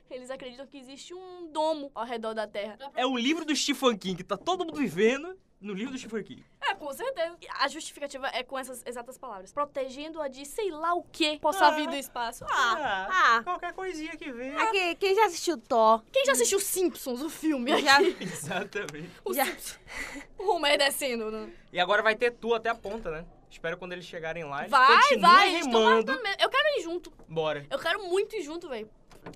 C: Eles acreditam que existe um domo ao redor da Terra.
A: É o livro do Stephen King, que tá todo mundo vivendo no livro do Stephen King.
C: É, com certeza. E A justificativa é com essas exatas palavras. Protegendo-a de sei lá o que possa
A: Ah.
C: vir do espaço. Ah,
A: Ah,
D: Ah,
A: qualquer coisinha que vem.
D: aqui, quem já assistiu Thor?
C: quem já assistiu Simpsons, o filme?
D: Já,
A: Exatamente.
C: O
D: já.
C: Homer descendo. né?
A: E agora vai ter tu até a ponta, né? Espero quando eles chegarem lá, eles
C: Vai,
A: continuem
C: vai. eles tão
A: remando.
C: marcando mesmo. Eu quero ir junto.
A: Bora.
C: Eu quero muito ir junto, velho.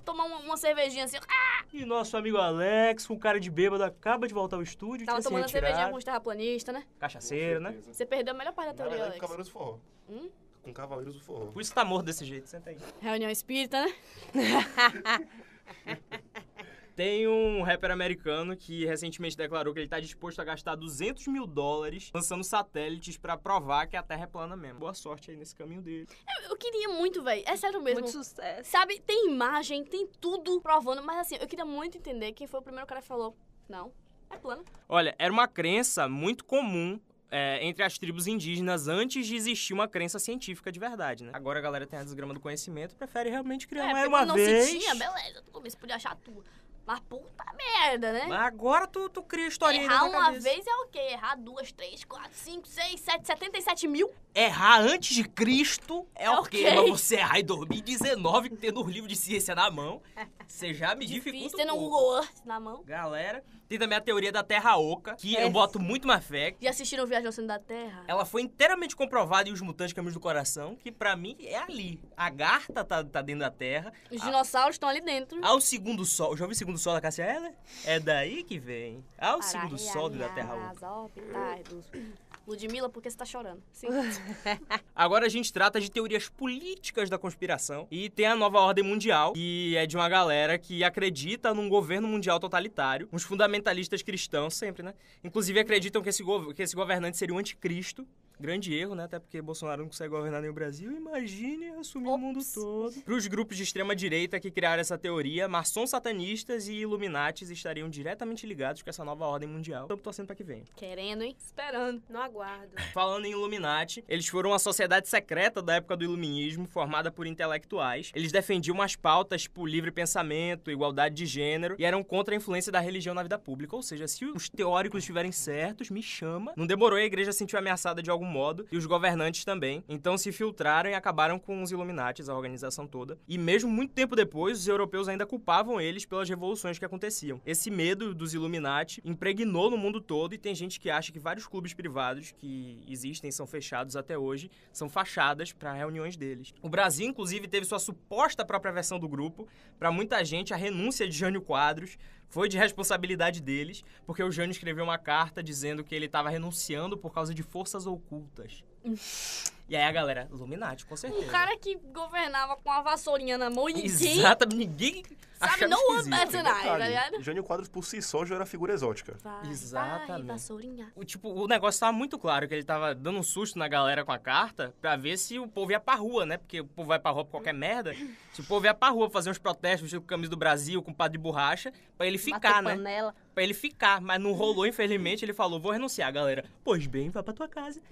C: Tomar uma, uma cervejinha assim. Ah,
A: E nosso amigo Alex, com cara de bêbado, acaba de voltar ao estúdio,
C: tava
A: tinha se
C: tomando uma cervejinha
A: retirado.
C: com os terraplanistas, né?
A: Cachaceiro, né?
B: certeza.
C: Você perdeu a melhor parte da
B: Na
C: teoria,
B: verdade,
A: é
B: com
C: Alex.
B: Cavaleiros do Forró.
C: Hum?
B: Com Cavaleiros do Forró.
A: Por isso tá morto desse jeito, senta aí.
C: Reunião espírita, né?
A: Tem um rapper americano que recentemente declarou que ele tá disposto a gastar 200 mil dólares lançando satélites pra provar que a Terra é plana mesmo. Boa sorte aí nesse caminho dele.
C: Eu, eu queria muito, velho. É sério mesmo.
D: Muito sucesso.
C: Sabe, tem imagem, tem tudo provando. Mas assim, eu queria muito entender quem foi o primeiro cara que falou. Não, é plano.
A: Olha, era uma crença muito comum é, entre as tribos indígenas antes de existir uma crença científica de verdade, né? Agora a galera tem a desgrama do conhecimento prefere realmente criar uma,
C: É, porque
A: era é uma
C: quando não
A: vez.
C: se tinha, beleza. No começo podia achar tudo. Mas puta merda, né?
A: Mas Agora tu, tu cria historinha aí na
C: Errar
A: tua
C: uma
A: cabeça.
C: vez é ok. Errar duas, três, quatro, cinco, seis, sete, setenta e sete mil.
A: Errar antes de Cristo é ok,
C: ok.
A: mas você errar em 2019, tendo os livros de ciência na mão, você já me
C: Difícil,
A: dificulta um
C: tendo um
A: pouco.
C: Google Earth na mão.
A: Galera, tem também a teoria da Terra Oca, que eu
C: É.
D: Essa.
A: boto muito mais fé.
C: Já assistiram Viagem ao Centro da Terra?
A: Ela foi inteiramente comprovada em Os Mutantes Caminhos do Coração, que pra mim é ali. A Garta tá, tá dentro da Terra.
C: Os dinossauros estão ali dentro.
A: Ao segundo sol, já ouviu o segundo sol da Cássia Eller? É daí que vem. Ao segundo
C: Para
A: sol dentro da
C: realinhar
A: Terra Oca.
C: as órbitas dos- Ludmilla, por que você tá chorando? Sim.
A: Agora a gente trata de teorias políticas da conspiração e tem a nova ordem mundial, que é de uma galera que acredita num governo mundial totalitário, uns fundamentalistas cristãos sempre, né? Inclusive acreditam que esse, gov- que esse governante seria um anticristo. Grande erro, né? Até porque Bolsonaro não consegue governar nem o Brasil. Imagine assumir o mundo
C: Ops.
A: todo. Para os grupos de extrema-direita que criaram essa teoria, maçons satanistas e iluminatis estariam diretamente ligados com essa nova ordem mundial. Estamos torcendo para que venha.
C: Querendo, hein? Esperando.
D: Não aguardo.
A: Falando em Illuminati, eles foram uma sociedade secreta da época do iluminismo, formada por intelectuais. Eles defendiam umas pautas tipo livre pensamento, igualdade de gênero e eram contra a influência da religião na vida pública. Ou seja, se os teóricos estiverem certos, me chama. Não demorou, a igreja se sentiu ameaçada de algum modo e os governantes também. Então se filtraram e acabaram com os Illuminatis, a organização toda. E mesmo muito tempo depois, os europeus ainda culpavam eles pelas revoluções que aconteciam. Esse medo dos Illuminati impregnou no mundo todo e tem gente que acha que vários clubes privados que existem, são fechados até hoje, são fachadas para reuniões deles. O Brasil, inclusive, teve sua suposta própria versão do grupo. Para muita gente, a renúncia de Jânio Quadros foi de responsabilidade deles, porque o Jânio escreveu uma carta dizendo que ele estava renunciando por causa de forças ocultas. E aí a galera, Illuminati, com certeza.
C: Um cara que governava com a vassourinha na mão e ninguém tá
A: Exata, ninguém
C: sabe,
A: achava
C: não one
A: esquisito.
C: better than I, tá
B: Detalhe,
C: ligado?
B: Jânio Quadros por si só já era figura exótica.
C: Vai, vai,
A: Exatamente.
C: vassourinha.
A: O, tipo, o negócio tava muito claro que ele tava dando um susto na galera com a carta pra ver se o povo ia pra rua, né? Porque o povo vai pra rua por qualquer merda. Se o povo ia pra rua fazer uns protestos, tipo, com camisa do Brasil, com padre um borracha, pra ele ficar,
D: Bater
A: né?
D: panela.
A: pra ele ficar, mas não rolou, infelizmente. Ele falou, vou renunciar, galera. Pois bem, vai pra tua casa.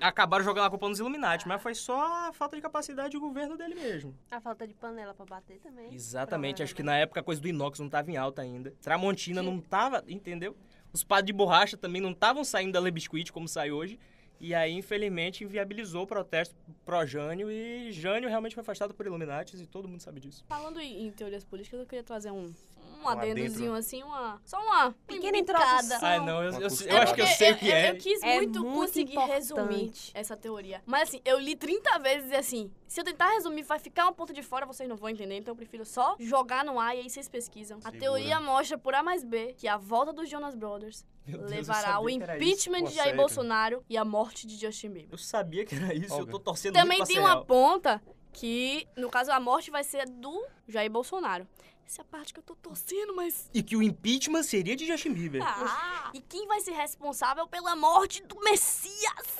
A: Acabaram jogando a culpa nos Illuminati, mas foi só a falta de capacidade do governo dele mesmo.
D: A falta de panela pra bater também.
A: Exatamente, acho que
D: Provavelmente.
A: na época a coisa do inox não tava em alta ainda. Tramontina não tava, entendeu? Os padres de borracha também não estavam saindo da Le Biscuit como sai hoje. E aí, infelizmente, inviabilizou o protesto pro Jânio e Jânio realmente foi afastado por Illuminati e todo mundo sabe disso.
C: Falando em em teorias políticas, eu queria trazer um, um
B: Um adentro.
C: adendozinho assim, uma. Só uma
D: Pequena
C: pimentada.
D: introdução.
A: Ai, Ah, não, eu, eu- eu
B: É
A: acho que eu
C: porque
A: sei o que
C: eu-
A: é.
C: Eu quis
D: É
C: muito,
D: muito
C: conseguir
D: importante.
C: resumir essa teoria. Mas assim, eu li 30 vezes e assim, se eu tentar resumir, vai ficar um ponto de fora, vocês não vão entender. Então eu prefiro só jogar no ar e aí vocês pesquisam. A
B: Segura.
C: teoria mostra por A mais B que a volta dos Jonas Brothers
A: Meu Deus, eu
C: levará
A: sabia
C: ao
A: que era
C: impeachment
B: Pô,
C: de Jair
B: sério?
C: Bolsonaro e à morte de Justin Bieber.
A: isso. Eu sabia que era isso, eu
B: Olga.
A: tô torcendo
C: Também
A: muito pra
C: tem
A: ser
C: uma
A: real.
C: ponta que, no caso, a morte vai ser do Jair Bolsonaro. Essa é a parte que eu tô torcendo, mas.
A: E que o impeachment seria de Justin Bieber.
C: Ah, e quem vai ser responsável pela morte do Messias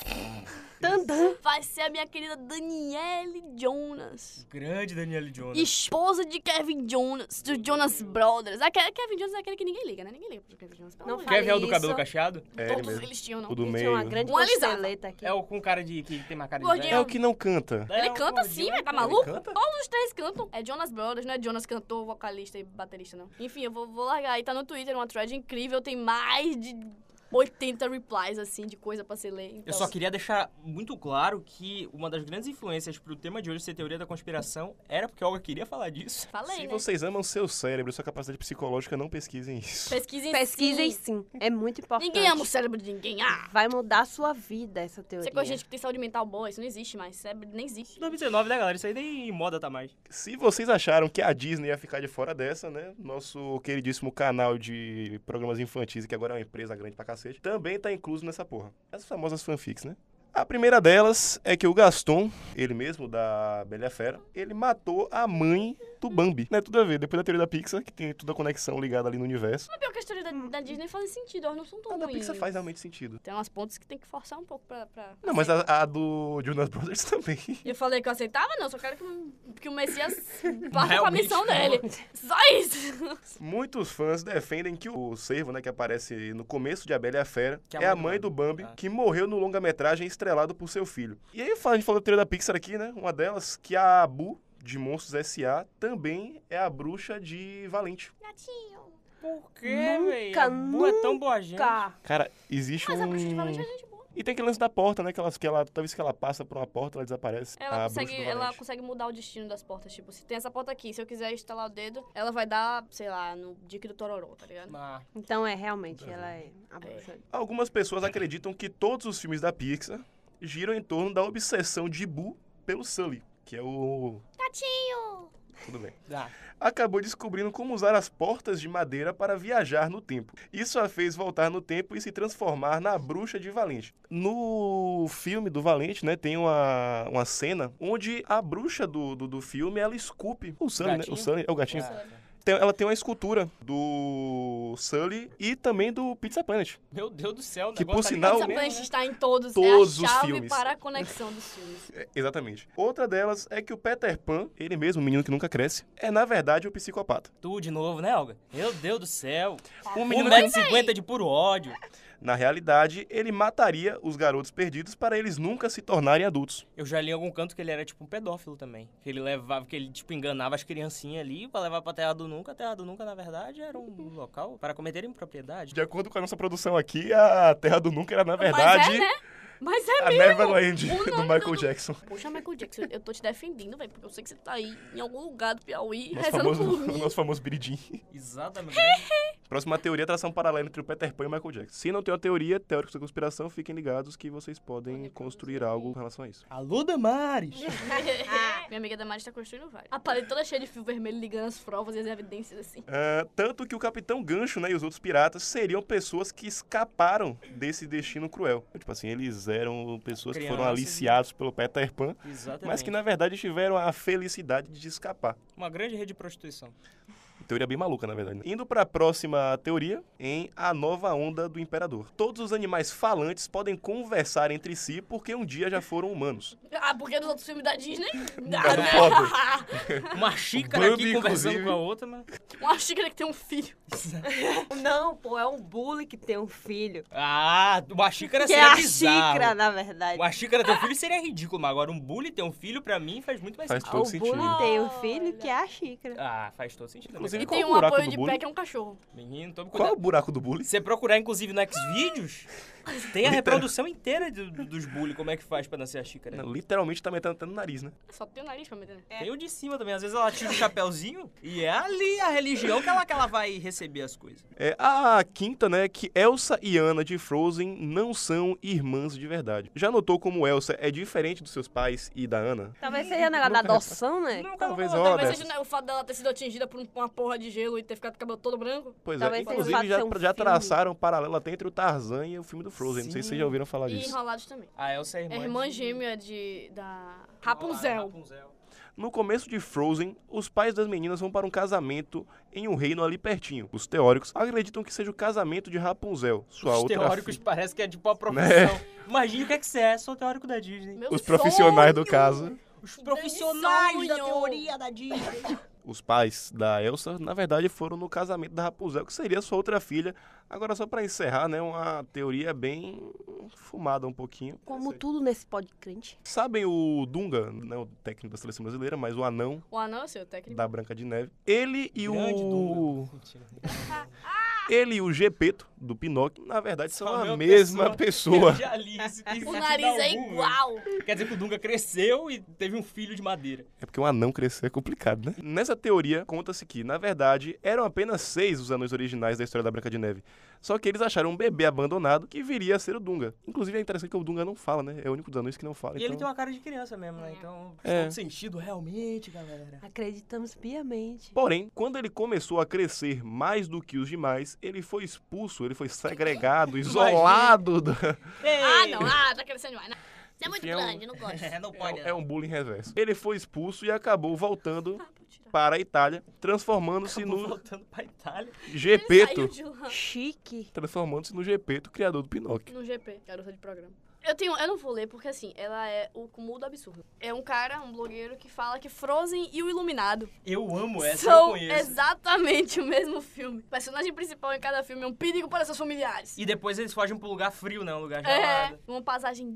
D: Tandã.
C: vai ser a minha querida Daniele Jonas.
A: Grande Daniele Jonas.
C: Esposa de Kevin Jonas, do Jonas Brothers. Aquele Kevin Jonas é aquele que ninguém liga, né? Ninguém liga pro Kevin Jonas. pelo
D: Não
C: amor de
A: Quer
D: fale
A: ver o do
D: isso.
A: cabelo cacheado?
B: É
C: Deus.
B: ele
C: Todos
B: mesmo.
C: eles tinham, não.
B: O do
D: Ele tinha
B: meio.
D: é uma grande
C: Uma alisada.
D: costeleta aqui.
A: É o com cara de que tem uma cara de
C: Gordinho.
B: É o que não canta.
A: velho.
C: Ele canta
A: gordinho,
C: sim, velho, tá
A: cara.
C: maluco?
B: canta?
C: Os três cantam. É Jonas Brothers, não é Jonas cantor, vocalista e baterista, não. Enfim, eu vou, vou largar aí. Tá no Twitter, uma thread incrível. Tem mais de 80 replies, assim, de coisa pra se ler. Então,
A: Eu só queria deixar muito claro que uma das grandes influências pro tema de hoje ser teoria da conspiração era porque a Olga queria falar disso.
C: Falei,
B: Se
C: né?
B: vocês amam seu cérebro e sua capacidade psicológica, não pesquisem isso.
C: Pesquisem
D: Pesquisem
C: sim.
D: sim. É muito importante.
C: Ninguém ama o cérebro de ninguém. Ah!
D: Vai mudar a sua vida essa teoria.
C: Você com gente que tem saúde mental boa, isso não existe mais. Cérebro nem existe.
A: 2019, né, galera? Isso aí nem em moda tá mais.
B: Se vocês acharam que a Disney ia ficar de fora dessa, né? Nosso queridíssimo canal de programas infantis, que agora é uma empresa grande pra cacete, também tá incluso nessa porra. As famosas fanfics, né? A primeira delas é que o Gaston, ele mesmo da Bela e a Fera, ele matou a mãe do Bambi. Não é tudo a ver. Depois da teoria da Pixar, que tem toda a conexão ligada ali no universo.
C: Mas pior que a história da,
B: Hum,
C: da Disney faz sentido, elas não são tão
B: A da
C: ruins.
B: Pixar faz realmente sentido.
C: Tem umas pontas que tem que forçar um pouco pra... pra...
B: Não, mas a, a do Jonas Brothers também.
C: Eu falei que eu aceitava, não. Só quero que, que o Messias baixe com a
A: Realmente
C: missão
A: não.
C: dele. Só isso!
B: Muitos fãs defendem que o servo, né, que aparece no começo de A Bela e a Fera,
A: Que é a
B: é a
A: mãe do
B: mãe do Bambi,
A: Ah.
B: que morreu no longa-metragem estrelado por seu filho. E aí fala- a gente falou da teoria da Pixar aqui, né? Uma delas, que a Abu, de Monstros S.A., também é a bruxa de Valente.
A: Por quê,
D: Nunca,
A: velho? A Bu é tão boa gente.
D: Cá.
B: Cara, existe
C: Mas a
B: um...
C: bruxa de Valente é gente boa.
B: E tem aquele lance da porta, né? Que ela, que ela, toda vez que ela passa por uma porta, ela desaparece.
C: Ela,
B: Ah, a bruxa
C: consegue,
B: do
C: ela
B: Valente.
C: consegue mudar o destino das portas. Tipo, se tem essa porta aqui, se eu quiser instalar o dedo, ela vai dar, sei lá, no dique do Tororó, tá ligado?
A: Mas
D: Então é, realmente, ela é a bruxa.
B: Algumas pessoas acreditam que todos os filmes da Pixar giram em torno da obsessão de Bu pelo Sully, que é o... Tatinho! Tudo bem.
A: dá.
B: acabou descobrindo como usar as portas de madeira para viajar no tempo. Isso a fez voltar no tempo e se transformar na bruxa de Valente. No filme do Valente, né, tem uma, uma cena onde a bruxa do, do, do filme, ela esculpe o Sully, né?
A: gatinho?
B: O Sully, é o gatinho.
A: Ah,
B: Tem- ela tem uma escultura do Sully e também do Pizza Planet.
A: Meu Deus do céu, o
B: Que, por
A: negócio tá
B: sinal-
A: ligado
C: Essa
A: mesmo,
C: plancha
A: né?
C: está em todos,
B: Todos
C: é
B: os
C: a chave
B: filmes.
C: para a conexão dos filmes.
B: É, exatamente. Outra delas é que o Peter Pan, ele mesmo, o menino que nunca cresce, é na verdade o psicopata.
A: Tu de novo, né, Olga? Meu Deus do céu.
B: O menino que
A: 1,50m de puro ódio.
B: Na realidade, ele mataria os garotos perdidos para eles nunca se tornarem adultos.
A: Eu já li em algum canto que ele era tipo um pedófilo também. Que ele levava, que ele tipo enganava as criancinhas ali pra levar pra Terra do Nunca. A Terra do Nunca, na verdade, era um local para cometer impropriedade.
B: De acordo com a nossa produção aqui, a Terra do Nunca era, na verdade,
C: Mas é, né? Mas é
B: a Neverland
C: O
B: do
C: nome
B: Michael
C: do-
B: Jackson.
C: Poxa, Michael Jackson, eu tô te defendendo, velho, porque eu sei que você tá aí em algum lugar do Piauí
B: Nosso
C: rezando
B: famoso,
C: por mim.
B: nosso famoso Biridim.
A: Exatamente.
B: Próxima teoria é tração paralela entre o Peter Pan e o Michael Jackson. Se não tem uma teoria, teóricos da conspiração, fiquem ligados que vocês podem
C: então,
B: construir algo em relação a isso.
A: Alô, Damares!
C: Minha amiga Damaris tá construindo vários. A parede toda cheia de fio vermelho ligando as provas e as evidências, assim.
B: Ah, tanto que o Capitão Gancho né, e os outros piratas seriam pessoas que escaparam desse destino cruel. Tipo assim, eles eram pessoas que foram
C: né?
A: Crianças.
B: aliciados pelo Peter Pan
A: Exatamente.
B: é mas que na verdade tiveram a felicidade de escapar.
A: Uma grande rede de prostituição.
B: teoria bem maluca, na verdade. né? Indo pra próxima teoria, em A Nova Onda do Imperador. Todos os animais falantes podem conversar entre si porque um dia já foram humanos.
C: Ah, porque nos outros filmes da Disney.
B: Não, foda.
A: Uma xícara aqui
B: Bambi,
A: conversando
B: inclusive.
A: com a outra, né? mas.
C: Uma xícara que tem um filho.
D: Não, pô, é um bully que tem um filho.
A: Ah, uma xícara
D: Que é
A: seria
D: a
A: bizarro.
D: xícara, na verdade.
A: Uma xícara ter um filho seria ridículo, mas agora um bully ter um filho, pra mim, faz muito mais
B: Faz
A: sentido.
B: todo
D: o
B: sentido.
D: bully tem um filho que é a xícara.
A: Ah, faz todo sentido. né,
B: Inclusive,
C: E
A: cara?
B: Qual
C: tem
B: o
C: um
B: buraco
C: apoio
B: do
C: de
B: bullying?
C: pé que é um cachorro.
A: Menino, tome
B: Qual é
A: cuidado.
B: o buraco do bullying?
A: Se você procurar, inclusive, no Xvideos, tem a reprodução inteira do- do- dos bully, como é que faz pra nascer a xícara.
B: Não, Literalmente tá metendo até no nariz, né?
C: É Só tem o nariz pra meter, né?
A: Tem o de cima também. Às vezes ela tira o chapéuzinho e é ali a religião que ela, que ela vai receber as coisas.
B: É, a quinta, né, que Elsa e Anna de Frozen não são irmãs de verdade. Já notou como Elsa é diferente dos seus pais e da Anna?
D: Talvez seja um negócio da adoção, né?
A: Não,
B: Talvez
A: calma,
B: uma
C: Talvez
B: dessas.
C: seja né, o fato dela ter sido atingida por um- uma porra de gelo e ter ficado com o cabelo todo branco.
B: Pois é,
D: Talvez seja o fato
B: inclusive
D: de
B: já,
D: ser um
B: já
D: filme.
B: traçaram um paralelo até entre o Tarzan e o filme do Frozen. Não sei se vocês já ouviram falar
C: E
B: disso.
C: enrolados também.
A: A Elsa é irmã.
C: É irmã
A: de-
C: gêmea de. da.
A: Ah,
C: Rapunzel.
B: No começo de Frozen, os pais das meninas vão para um casamento em um reino ali pertinho. Os teóricos acreditam que seja o casamento de Rapunzel, sua
A: Os
B: outra
A: teóricos
B: filha. Né?
A: parece que é tipo a profissão. Imagina o que é que você é, sou teórico da Disney.
C: Meu
B: Os profissionais do
C: sonho!
B: caso.
A: Os
D: um
A: profissionais da
C: sonho!
A: teoria da Disney.
B: Os pais da Elsa, na verdade, foram no casamento da Rapunzel, que seria sua outra filha. Agora, só pra encerrar, né, uma teoria bem fumada um pouquinho.
D: Como tudo nesse pod crente.
B: Sabem o Dunga, não é o técnico da seleção brasileira, mas o anão
C: O anão é seu técnico.
B: da Branca de Neve. Ele e
A: Grande
B: o
A: Dunga. Mentira.
B: ele e o Gepeto do Pinóquio, na verdade, são,
A: São a mesma
B: a mesma pessoa.
A: Eu já li isso, tem sentido
C: O nariz é
A: algum.
C: igual.
A: Quer dizer que o Dunga cresceu e teve um filho de madeira.
B: É porque um anão crescer é complicado, né? Nessa teoria, conta-se que, na verdade, eram apenas seis os anões originais da história da Branca de Neve. Só que eles acharam um bebê abandonado que viria a ser o Dunga. Inclusive, é interessante que o Dunga não fala, né? É o único dos anões que não fala.
A: E ele tem
B: Então...
A: uma cara de criança mesmo, né? Então faz
B: É.
A: todo sentido realmente, galera.
D: Acreditamos piamente.
B: Porém, quando ele começou a crescer mais do que os demais, ele foi expulso, ele foi segregado, isolado. Da...
C: Ah, não. Ah, tá crescendo demais. Não. Você é muito
B: Enfim, é um-
C: grande, não gosto.
A: É, não pode.
B: É um bullying reverso. Ele foi expulso e acabou voltando
C: Vou tirar.
B: para a Itália, transformando-se
A: Acabou
B: no
A: voltando pra Itália.
C: Ele
B: Gepeto.
C: saiu de lá.
D: Chique.
B: Transformando-se no Gepeto, criador do Pinóquio.
C: No GP, garota de programa. Eu tenho, eu não vou ler porque assim, ela é o cúmulo do absurdo. É um cara, um blogueiro que fala que Frozen e o Iluminado
A: Eu amo essa, eu
C: são
A: conheço.
C: exatamente o mesmo filme. O personagem principal em cada filme é um perigo para seus familiares.
A: E depois eles fogem pro lugar frio, né? Um lugar
C: É,
A: gelado.
C: uma passagem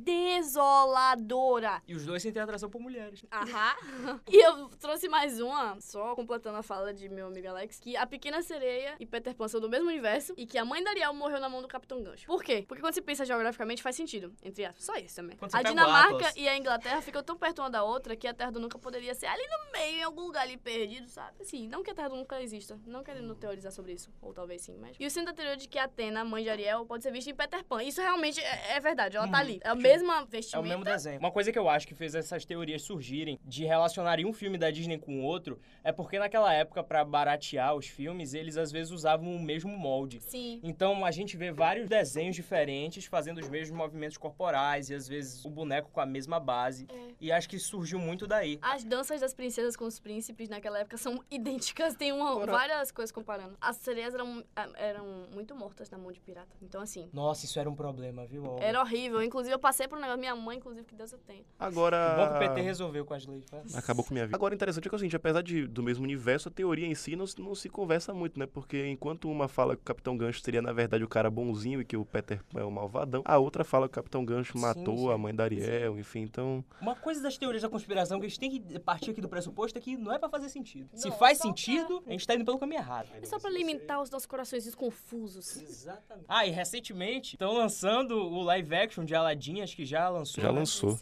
C: desoladora.
A: E os dois sem ter atração por mulheres. né?
C: Aham. E eu trouxe mais uma, só completando a fala de meu amigo Alex, que a Pequena Sereia e Peter Pan são do mesmo universo e que a mãe da Ariel morreu na mão do Capitão Gancho. Por quê? Porque quando você pensa geograficamente faz sentido, entre aspas, só isso também.
A: Quando você
C: A
A: pega o
C: Dinamarca
A: Atlas.
C: e a Inglaterra ficam tão perto uma da outra que a Terra do Nunca poderia ser ali no meio, em algum lugar ali perdido, sabe? Assim, não que a Terra do Nunca exista, não querendo teorizar sobre isso, ou talvez sim, mas... E o centro anterior de que Atena, mãe de Ariel, pode ser vista em Peter Pan. Isso realmente é, é verdade, ela tá ali. É a mesma
A: Uhum. É o
C: vestimenta.
A: mesmo desenho. Uma coisa que eu acho que fez essas teorias surgirem de relacionarem um filme da Disney com o outro é porque naquela época, pra baratear os filmes, eles às vezes usavam o mesmo molde.
C: Sim.
A: Então a gente vê vários desenhos diferentes fazendo os mesmos movimentos corporais e às vezes o boneco com a mesma base.
C: É.
A: E acho que surgiu muito daí.
C: As danças das princesas com os príncipes naquela época são idênticas, tem uma,
B: Ora.
C: várias coisas comparando. As sereias eram, ah, eram muito mortas na mão de pirata. Então, assim,
A: Nossa, isso era um problema, viu? Olga?
C: era horrível. Inclusive, eu passei por um negócio, minha mãe, inclusive, que Deus eu tenha.
B: Agora.
A: Bom que o PT resolveu com as leis. né?
B: Acabou com minha vida. Agora, interessante é que é o seguinte, apesar de, do mesmo universo, a teoria em si não, se- não se conversa muito, né? Porque enquanto uma fala que o Capitão Gancho seria, na verdade, o cara bonzinho e que o Peter Pan é o malvadão, a outra fala que o Capitão Gancho
A: Sim,
B: matou
A: sim.
B: a mãe da Ariel, enfim, então...
A: Uma coisa das teorias da conspiração que a gente tem que partir aqui do pressuposto é que não é pra fazer sentido. Se
C: Não,
A: faz
C: só pra-
A: sentido, a gente tá indo pelo caminho errado.
C: É só pra alimentar os nossos corações confusos.
A: Exatamente. Ah, e recentemente estão lançando o live action de Aladdin, acho que já lançou.
B: Já
A: né?
B: lançou.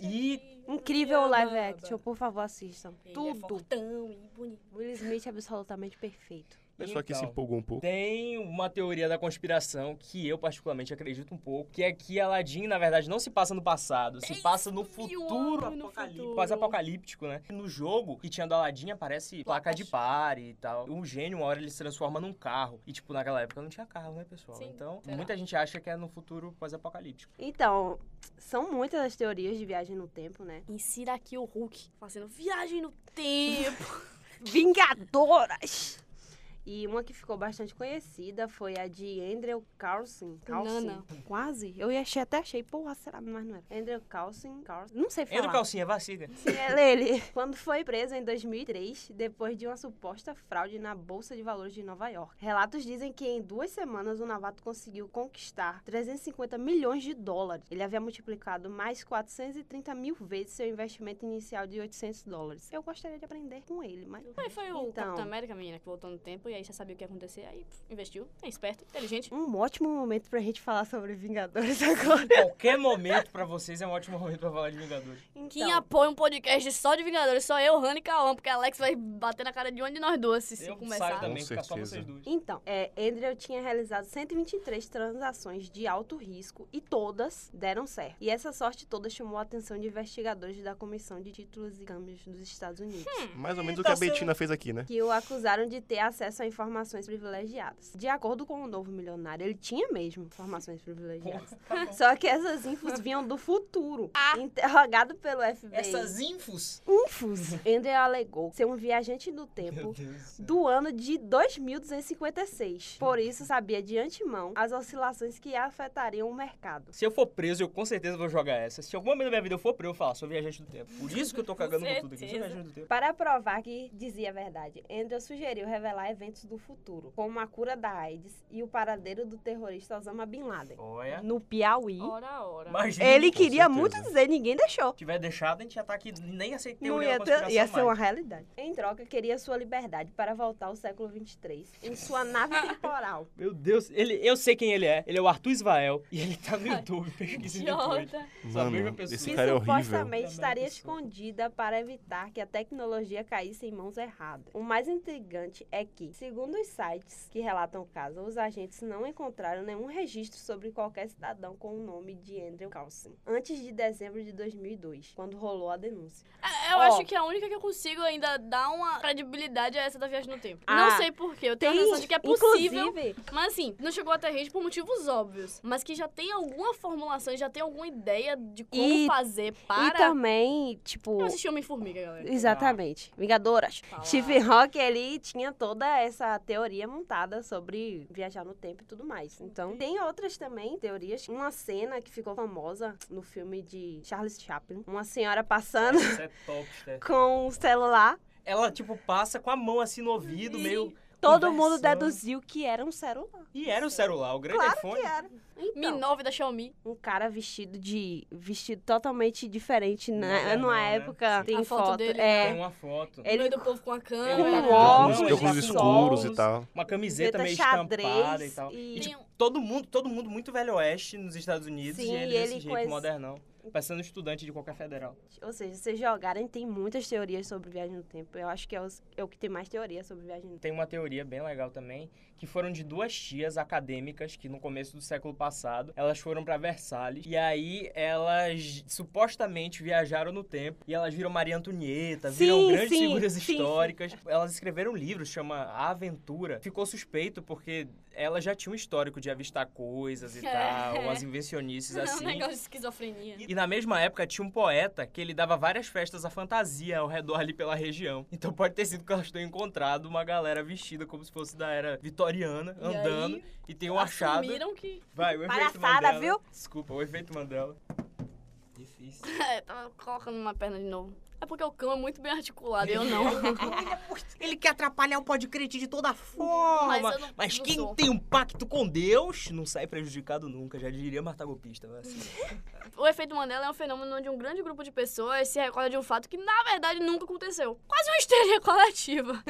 A: E-
D: Incrível o live action, por favor, assistam.
C: Tudo.
D: Tudo. Will Smith é absolutamente perfeito.
B: O pessoal aqui se
A: Então.
B: empolgou um pouco.
A: Tem uma teoria da conspiração que eu particularmente acredito um pouco, que é que Aladdin, na verdade, não se passa no passado, se passa no futuro
C: anos É no futuro.
A: apocalíptico, pós-apocalíptico, né? No jogo que tinha do Aladdin aparece placa de pare e tal. Um gênio, uma hora ele se transforma num carro. E tipo, naquela época não tinha carro, né, pessoal?
C: Sim,
A: então,
C: será?
A: muita gente acha que é no futuro pós-apocalíptico.
D: Então, são muitas as teorias de viagem no tempo, né?
C: Insira aqui o Hulk, fazendo viagem no tempo.
D: Vingadoras! E uma que ficou bastante conhecida foi a de Andrew Carlson. Carlson.
C: Nana.
D: Quase. Eu ia achei, até achei, porra, será? Mas não era. Andrew Carlson. Carlson. Não sei falar.
A: Entra o calcinha, vaciga.
D: Sim, é ele. Quando foi preso em 2003, depois de uma suposta fraude na Bolsa de Valores de Nova York. Relatos dizem que em duas semanas o novato conseguiu conquistar 350 milhões de dólares. Ele havia multiplicado mais 430 mil vezes seu investimento inicial de 800 dólares. Eu gostaria de aprender com ele, mas...
C: Aí foi um o
D: Então.
C: Capitão América, menina, que voltou no tempo e aí já sabia o que ia acontecer, aí pff, investiu, é esperto, inteligente.
D: Um ótimo momento pra gente falar sobre Vingadores agora.
A: Qualquer momento pra vocês é um ótimo momento pra falar de Vingadores.
C: Quem
D: Então.
C: apoia um podcast só de Vingadores, só eu, Rani e Cauã, porque a Alex vai bater na cara de um de nós duas se, se
A: Eu saio
C: começar.
A: também,
B: Com
A: fica só
B: certeza.
A: vocês duas.
D: Então, é, Andrew tinha realizado 123 transações de alto risco e todas deram certo. E essa sorte toda chamou a atenção de investigadores da Comissão de Títulos e Câmbios dos Estados Unidos.
B: Mais ou menos o
A: tá
B: que a
A: sendo-
B: Betina fez aqui, né?
D: Que o acusaram de ter acesso a informações privilegiadas. De acordo com o novo milionário, ele tinha mesmo informações privilegiadas. Só que essas infos vinham do futuro. Interrogado pelo FBI.
A: Ah. Essas infos?
D: infos? Andrew alegou ser um viajante do
A: Meu
D: tempo
A: Deus. do céu.
D: do ano de 2256. Por isso, sabia de antemão as oscilações que afetariam o mercado.
A: Se eu for preso, eu com certeza vou jogar essa. Se alguma vez na minha vida eu for preso, eu falo, "Ah, sou viajante do tempo. Por isso que eu tô cagando com, tudo aqui. Eu sou
C: certeza.
A: viajante do tempo.
D: Para provar que dizia a verdade, Andrew sugeriu revelar eventos do futuro, como a cura da AIDS e o paradeiro do terrorista Osama Bin Laden.
A: Olha.
D: No Piauí,
C: Ora, ora.
A: Imagina.
D: ele
B: Com
D: queria
B: certeza.
D: muito dizer, ninguém deixou.
A: Se tiver deixado, a gente já tá aqui, nem aceitei o
D: Não ia, ter, ia ser um uma realidade. Em troca, queria sua liberdade para voltar ao século 23 em sua nave temporal.
A: Meu Deus, ele, eu sei quem ele é. Ele é o Arthur Israel e ele tá no YouTube, pesquisa no YouTube.
C: Idiota.
A: Essa mesma
B: Mano,
A: pessoa.
B: esse
D: que
B: cara é horrível.
D: supostamente
A: Da
D: estaria
A: América do Sul.
D: escondida para evitar que a tecnologia caísse em mãos erradas. O mais intrigante é que, segundo os sites que relatam o caso, os agentes não encontraram nenhum registro sobre qualquer cidadão com o nome de Andrew Carlson antes de dezembro de 2002, quando rolou a denúncia.
C: É, Eu
D: Ó.
C: acho que a única que eu consigo ainda dar uma credibilidade é essa da viagem no tempo.
D: Ah.
C: Não sei porquê, eu tenho a sensação de que é possível.
D: Inclusive,
C: Mas assim, não chegou até a gente por motivos óbvios. Mas que já tem alguma formulação, e já tem alguma ideia de como
D: E-
C: fazer
D: e
C: para.
D: também, tipo,
C: Eu assisti Homem-Formiga, galera.
D: Exatamente. Vingadoras.
C: Falar.
D: Steve Rock, ele tinha toda essa teoria montada sobre viajar no tempo e tudo mais. Então, tem outras também teorias. Uma cena que ficou famosa no filme de Charles Chaplin. Uma senhora passando
A: Isso é topster.
D: com o celular.
A: Ela, tipo, passa com a mão assim no ouvido,
C: Ih.
A: meio.
D: Todo mundo
A: Conversando.
D: deduziu que era um celular.
A: E era o celular, o grande iPhone.
D: Que era.
C: Mi
D: Então,
C: 9 da Xiaomi.
D: um cara vestido de... Vestido totalmente diferente, né?
A: Modernão,
D: Numa
A: né?
D: época...
A: Sim.
D: Tem
C: A foto
D: foto.
C: dele,
D: é.
A: Tem uma foto.
D: Ele-
C: Ele do povo com a
A: Com
C: câmera.
A: um
B: De óculos, de óculos escuros e tal.
A: Uma camiseta meio estampada e tal.
D: e-
A: E,
C: Tem
A: tipo, todo mundo, todo mundo muito velho oeste nos Estados Unidos
D: Sim,
A: e ele
D: e
A: desse
D: ele com
A: jeito,
D: esse-
A: modernão. Parecendo um estudante de qualquer federal.
D: Ou seja, se jogarem, tem muitas teorias sobre viagem no tempo. Eu acho que é, os- é o que tem mais teoria sobre viagem no tempo.
A: Tem uma teoria bem legal também, que foram de duas tias acadêmicas que no começo do século passado, elas foram pra Versalhes e aí elas supostamente viajaram no tempo e elas viram Maria Antonieta, viram
D: Sim,
A: grandes
D: sim,
A: figuras
D: sim, sim.
A: históricas. Elas escreveram livros, chama A Aventura. Ficou suspeito porque elas já tinham um histórico de avistar coisas e
D: É.
A: tal, umas invencionices
C: É um
A: assim.
C: negócio de esquizofrenia.
A: E na mesma época tinha um poeta que ele dava várias festas à fantasia ao redor ali pela região. Então pode ter sido que elas tenham encontrado uma galera vestida como se fosse da era vitoriana,
C: E
A: andando,
C: aí,
A: e tenham achado.
C: Assumiram que.
A: Vai, o efeito
D: Palhaçada,
A: Mandela.
D: viu?
A: Desculpa, o efeito Mandela. Difícil.
C: É, tava colocando uma perna de novo. É porque o cão é muito bem articulado, eu não.
A: Ele quer atrapalhar o podcrete de toda forma.
C: Mas eu não-
A: Mas
C: não
A: quem
C: sou.
A: tem um pacto com Deus não sai prejudicado nunca, já diria Marta Golpista. né? Assim.
C: O efeito Mandela é um fenômeno onde um grande grupo de pessoas se recorda de um fato que, na verdade, nunca aconteceu. Quase uma histeria coletiva.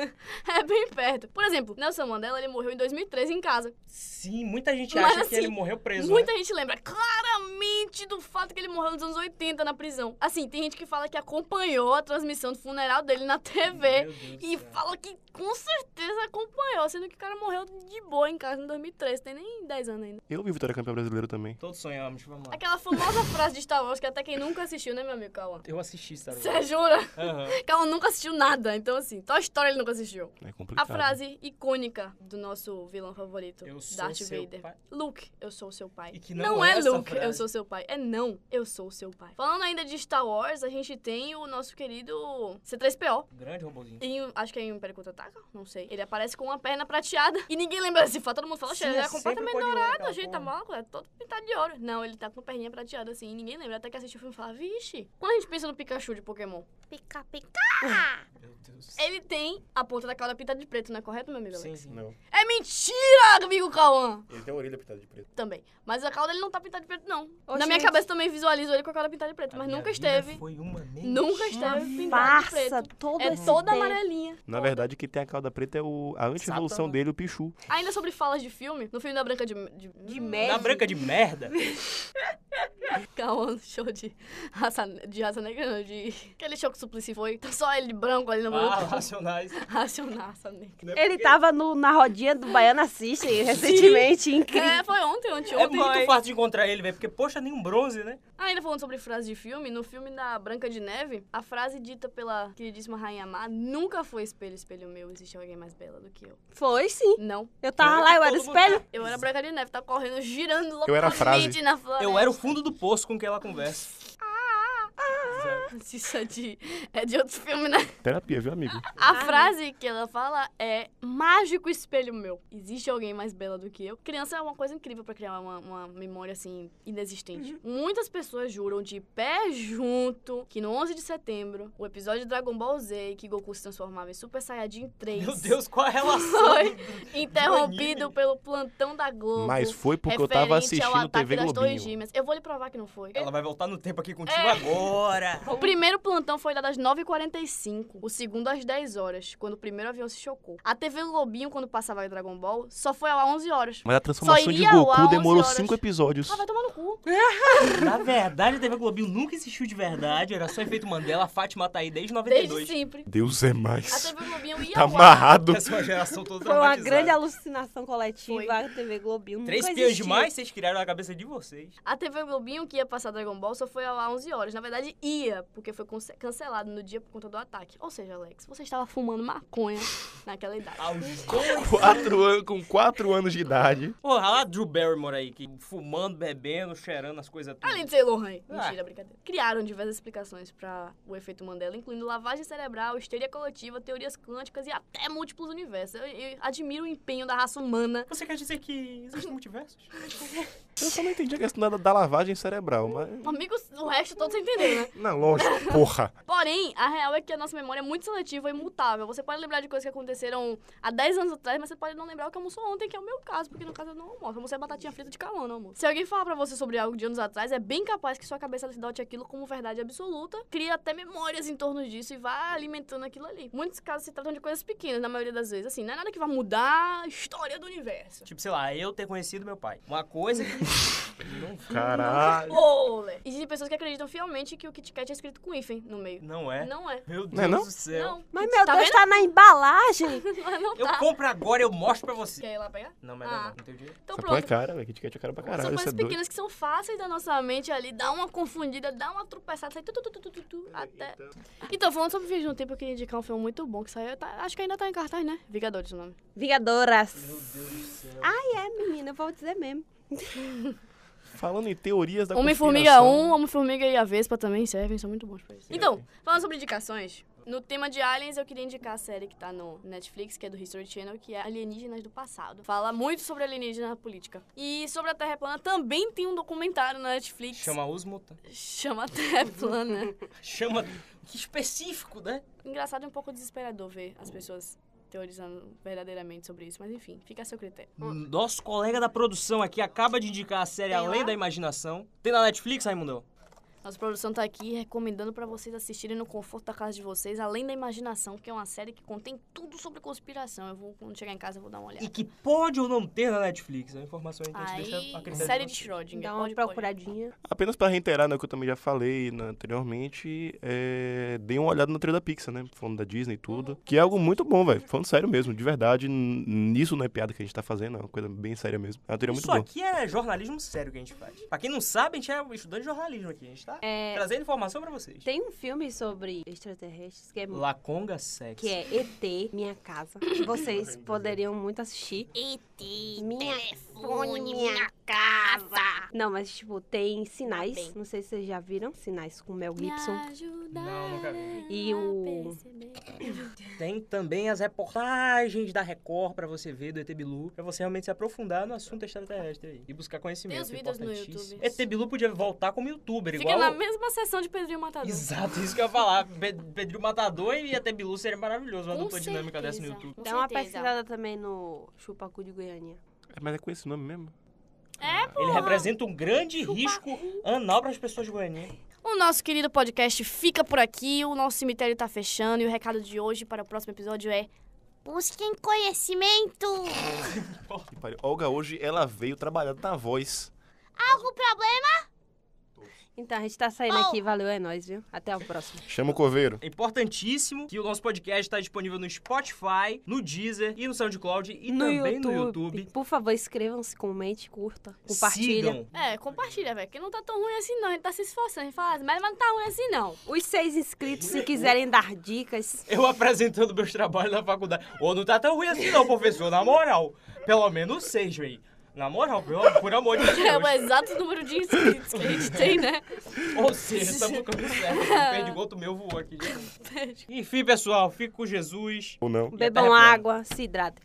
C: É bem perto. Por exemplo, Nelson Mandela, ele morreu em 2013 em casa.
A: Sim, muita gente
C: Mas
A: acha que
C: assim,
A: ele morreu preso. né?
C: Muita gente lembra claramente do fato que ele morreu nos anos 80 na prisão. Assim, tem gente que fala que acompanhou a transmissão do funeral dele na TV.
A: né? Meu Deus do
C: E
A: céu.
C: fala que com certeza acompanhou, sendo que o cara morreu de boa em casa em 2013, tem nem 10 anos ainda.
B: Eu vi Vitória Campeã Brasileiro também.
A: Todos sonhamos, vamos lá.
C: Aquela famosa frase de Star Wars que até quem nunca assistiu, né, meu amigo Cauã?
A: Eu assisti Star Wars.
C: Você jura?
A: Aham.
C: Cauã nunca assistiu nada, então assim, Toy Story ele nunca assistiu.
B: É
C: A
B: complicado.
C: frase icônica do nosso vilão favorito,
A: Eu sou
C: Darth
A: seu
C: Vader.
A: pai.
C: Luke, eu sou seu pai.
A: E que não é
C: é
A: essa
C: Luke, eu
A: frase.
C: sou seu pai. É não, eu sou o seu pai. Falando ainda de Star Wars, a gente tem o nosso querido C3PO.
A: Grande robozinho.
C: Em, acho que é em Império Contra-Ataca, não sei. Ele aparece com uma perna prateada e ninguém lembra desse fato. Todo mundo fala, "Oxe, ele é completamente
A: dourado,
C: a gente tá maluco, é todo pintado de ouro. Não, ele tá com a perninha prateada assim, e ninguém lembra. Até que assiste o filme e fala, vixe. Quando a gente pensa no Pikachu de Pokémon,
D: Pica, pica.
A: Meu Deus.
C: ele tem a ponta da cauda pintada de preto, não é correto, meu amigo?
A: Sim,
C: Alex?
A: sim.
B: Não.
C: É mentira, amigo Cauã!
B: Ele tem a orelha pintada de preto.
C: Também. Mas a cauda ele não tá pintada de preto, não.
D: Ô,
C: Na minha
D: gente.
C: cabeça também visualizo ele com a cauda pintada de preto,
A: A
C: mas
A: minha
C: nunca
A: vida
C: esteve.
A: Foi uma mentira.
C: Nunca esteve pintada de
D: Farsa,
C: preto.
D: todo
C: É
D: esse
C: toda
D: tempo.
C: amarelinha.
B: Na verdade, quem tem a cauda preta é o, a anti-evolução
A: Satã.
C: né?
B: dele, o Pichu.
C: Ainda sobre falas de filme, no filme da Branca de... De,
D: De
A: Tá Na
D: merda.
A: branca de merda.
C: Cauã, show de raça, de raça negra, não, de... Aquele show que o Suplicy foi. Tá só ele de branco ali no
A: ah,
C: grupo.
A: racionais.
C: Racionaça negra.
A: Não é
D: Ele
A: porque-
D: tava no- na rodinha do Baiana Assistem recentemente, incrível.
C: É, foi ontem, ontem,
A: É
C: ontem.
A: muito fácil de encontrar ele, velho. Porque, poxa, nem um bronze, né?
C: Ah, Ainda falando sobre frase de filme, no filme da Branca de Neve, a frase dita pela queridíssima Rainha Má nunca foi espelho, espelho meu, existe alguém mais bela do que eu.
D: Foi sim.
C: Não.
D: Eu tava lá, eu era
A: Todo mundo-
D: espelho.
C: Tá Eu era a Branca de Neve, tá correndo, girando loucamente
B: Eu era a frase.
C: na floresta.
A: tá Eu era o fundo do poço com que ela conversa. Exato.
C: Isso é de, é de outro filme, né?
B: Terapia, viu, amigo?
C: A
D: Ai.
C: frase que ela fala é mágico espelho meu. Existe alguém mais bela do que eu? Criança é uma coisa incrível pra criar uma, uma memória assim inexistente. Muitas pessoas juram de pé junto que no 11 de setembro, o episódio de Dragon Ball Z que Goku se transformava em Super Saiyajin 3
A: Meu Deus, qual a relação?
C: foi interrompido
A: anime.
C: pelo plantão da Globo.
B: Mas foi porque eu
C: referente
B: tava
C: ao
B: assistindo
C: ataque
B: TV
C: das Torres
B: Globinho.
C: Gêmeas. Eu vou lhe provar que não foi.
A: Ela vai voltar no tempo aqui
C: É.
A: contigo agora.
C: O primeiro plantão foi dado às 9h45, o segundo às 10 horas, quando o primeiro avião se chocou. A TV Globinho, quando passava Dragon Ball, só foi ao ar 11 horas.
B: Mas a transformação de
C: iria ao ar
B: Goku
C: 11
B: demorou
C: horas.
B: cinco episódios.
C: Ah, vai tomar no cu.
A: Na verdade, a TV Globinho nunca existiu de verdade. Era só efeito Mandela. A Fátima tá aí desde
C: Desde
A: 92.
C: sempre.
B: Deus é
C: A
B: mais.
C: TV Globinho ia
B: Tá
C: ao ar.
B: amarrado.
A: Essa é uma geração toda
D: Foi uma
A: traumatizada.
D: grande alucinação coletiva,
C: Foi.
D: a TV Globinho nunca
A: Três
D: existiu.
A: peões demais, vocês criaram na cabeça de vocês.
C: A TV Globinho, que ia passar Dragon Ball, só foi ao ar 11 horas. Na verdade, ia, porque foi conce- cancelado no dia por conta do ataque. Ou seja, Alex, você estava fumando maconha naquela idade.
A: Aos dois.
B: Quatro anos, com quatro anos de idade.
A: Porra, lá Drew Barrymore aí, que fumando, bebendo, cheirando as coisas tudo.
C: Além de ser Lohan.
A: Ah.
C: Mentira, é brincadeira. Criaram diversas explicações para o efeito Mandela, incluindo lavagem cerebral, histeria coletiva, teorias quânticas e até múltiplos universos. Eu, eu admiro o empenho da raça humana.
A: Você quer dizer que existem multiversos?
B: Eu só não entendi a questão da, da lavagem cerebral, mas.
C: Amigos, o resto todos entenderam, né?
B: Não, lógico, porra.
C: Porém, a real é que a nossa memória é muito seletiva e mutável. Você pode lembrar de coisas que aconteceram há 10 anos atrás, mas você pode não lembrar o que almoçou ontem, que é o meu caso, porque no caso eu não almoço. Eu almocei batatinha frita de calão, não almoço. Se alguém falar pra você sobre algo de anos atrás, é bem capaz que sua cabeça adote aquilo como verdade absoluta, cria até memórias em torno disso e vá alimentando aquilo ali. Muitos casos se tratam de coisas pequenas, na maioria das vezes. Assim, não é nada que vai mudar a história do universo.
A: Tipo, sei lá, eu ter conhecido meu pai. Uma coisa que. não,
B: Caralho.
C: Ô, Lé. Existem pessoas que acreditam fielmente que o Kit Kat é escrito com hífen no meio.
A: não é.
C: Não é.
A: Meu Deus
B: Não é não?
A: do céu.
C: Não.
D: Mas
C: Tá
D: meu Deus, tá na embalagem.
C: Não, não
A: Eu
C: tá.
A: compro agora, eu mostro pra você.
C: Quer ir lá pegar?
A: Não, mas não,
C: Ah.
A: não, não tenho dinheiro.
C: Então
B: Essa porra é
C: pronto.
B: cara, velho. Kit Kat é cara pra
C: São
B: caralho. Isso é
C: coisas
B: doido.
C: pequenas que são fáceis da nossa mente ali, dá uma confundida, dá uma tropeçada, sai tu, tu, tu, tu, tu, tu, tu, até. Então, falando sobre Viagem no Tempo, eu queria indicar um filme muito bom que saiu, tá- acho que ainda tá em cartaz, né? Vingadores o nome.
A: Meu Deus
D: Vingadoras.
A: do céu.
D: É, menina, eu vou dizer mesmo.
B: Falando em teorias da
C: Homem-Formiga
B: conspiração,
C: 1, Homem-Formiga e a Vespa também servem, são muito bons pra isso. Então, falando sobre indicações, no tema de aliens eu queria indicar a série que tá no Netflix, que é do History Channel, que é Alienígenas do Passado. Fala muito sobre alienígena na política. E sobre a Terra plana também tem um documentário na Netflix.
A: Chama os mutantes.
C: Chama Terra plana.
A: Chama. Que específico, né?
C: Engraçado e um pouco desesperador ver as pessoas teorizando verdadeiramente sobre isso, mas enfim, fica a seu critério.
A: Nosso colega da produção aqui acaba de indicar a série
C: Hum. Tem
A: Além
C: lá?
A: da Imaginação. Tem na Netflix, Raimundão?
C: Nossa produção tá aqui recomendando pra vocês assistirem no conforto da casa de vocês, além da imaginação, que é uma série que contém tudo sobre conspiração. Eu vou quando chegar em casa eu vou dar uma
A: E
C: olhada.
A: que pode ou não ter na Netflix. É uma informação aí que a gente deixa a
C: Aí,
A: critério
C: série de
A: vocês.
C: Schrödinger.
D: Dá
C: pode,
D: uma
C: pode.
D: procuradinha.
B: Apenas pra reiterar, né, o que eu também já falei né, anteriormente, é, dei uma olhada no trailer da Pixar, né? Falando da Disney e tudo. Que é algo muito bom, velho. Falando sério mesmo, de verdade. n- Nisso não é piada que a gente tá fazendo, é uma coisa bem séria mesmo. É um trailer muito
A: Isso
B: bom.
A: aqui é jornalismo sério que a gente faz. Pra quem não sabe, a gente é um estudante de jornalismo aqui. A gente tá tá? Trazendo informação pra vocês.
D: Tem um filme sobre extraterrestres que é muito.
A: Laconga Sex.
D: Que é ET, Minha Casa. Vocês poderiam muito assistir.
C: E.T.
D: Minha
C: telefone, minha casa.
D: Não, mas tipo,
C: Tá
D: tem
C: bem. Ah,
D: Sinais. Não sei se vocês já viram. Sinais com Mel Gibson.
A: Não, nunca vi.
D: E o-
A: Tem também as reportagens da Record pra você ver do ET Bilu, pra você realmente se aprofundar no assunto extraterrestre aí e buscar conhecimento.
C: Tem os vídeos no
A: importantíssimo.
C: YouTube.
A: ET Bilu podia voltar como youtuber,
C: Fica
A: igual.
C: na mesma sessão de Pedrinho Matador.
A: Exato, isso que eu ia falar. Pe- Pedrinho Matador e ET Bilu seria maravilhoso, uma
C: Com
A: dupla dinâmica dessa no
C: certeza.
A: YouTube.
C: Com
D: Dá uma
C: certeza.
D: pesquisada também no Chupacu de Goiânia.
B: É, mas é com esse nome mesmo?
C: É, pô.
A: Ele representa um grande risco anal para as pessoas de Goiânia.
C: O nosso querido podcast fica por aqui, o nosso cemitério tá fechando e o recado de hoje para o próximo episódio é Busquem conhecimento!
B: Que pariu. Olga, hoje ela veio trabalhando na voz.
C: Algum problema?
D: Então, a gente tá saindo
C: Oh.
D: aqui. Valeu, é nóis, viu? Até o próximo.
B: Chama o coveiro.
A: É importantíssimo que o nosso podcast está disponível no Spotify, no Deezer e no SoundCloud e também no YouTube.
D: Por favor, inscrevam-se, comente, curta, compartilha.
A: Sigam.
C: É, compartilha, velho, que não tá tão ruim assim não, a gente tá se esforçando, a gente fala assim, mas não tá ruim assim não.
D: Os seis inscritos, se quiserem dar dicas.
A: Eu apresentando meus trabalhos na faculdade. Ô, não tá tão ruim assim não, professor, na moral. Pelo menos seis, véi. Na moral, pelo- por amor de
C: É o
A: Deus.
C: exato número de inscritos que a gente tem, né?
A: Ou seja, estamos no caminho certo. O perdigoto meu voou aqui. Enfim, pessoal, fico com Jesus.
B: Ou não?
A: até
D: Bebam
A: a próxima.
D: água, se hidratem.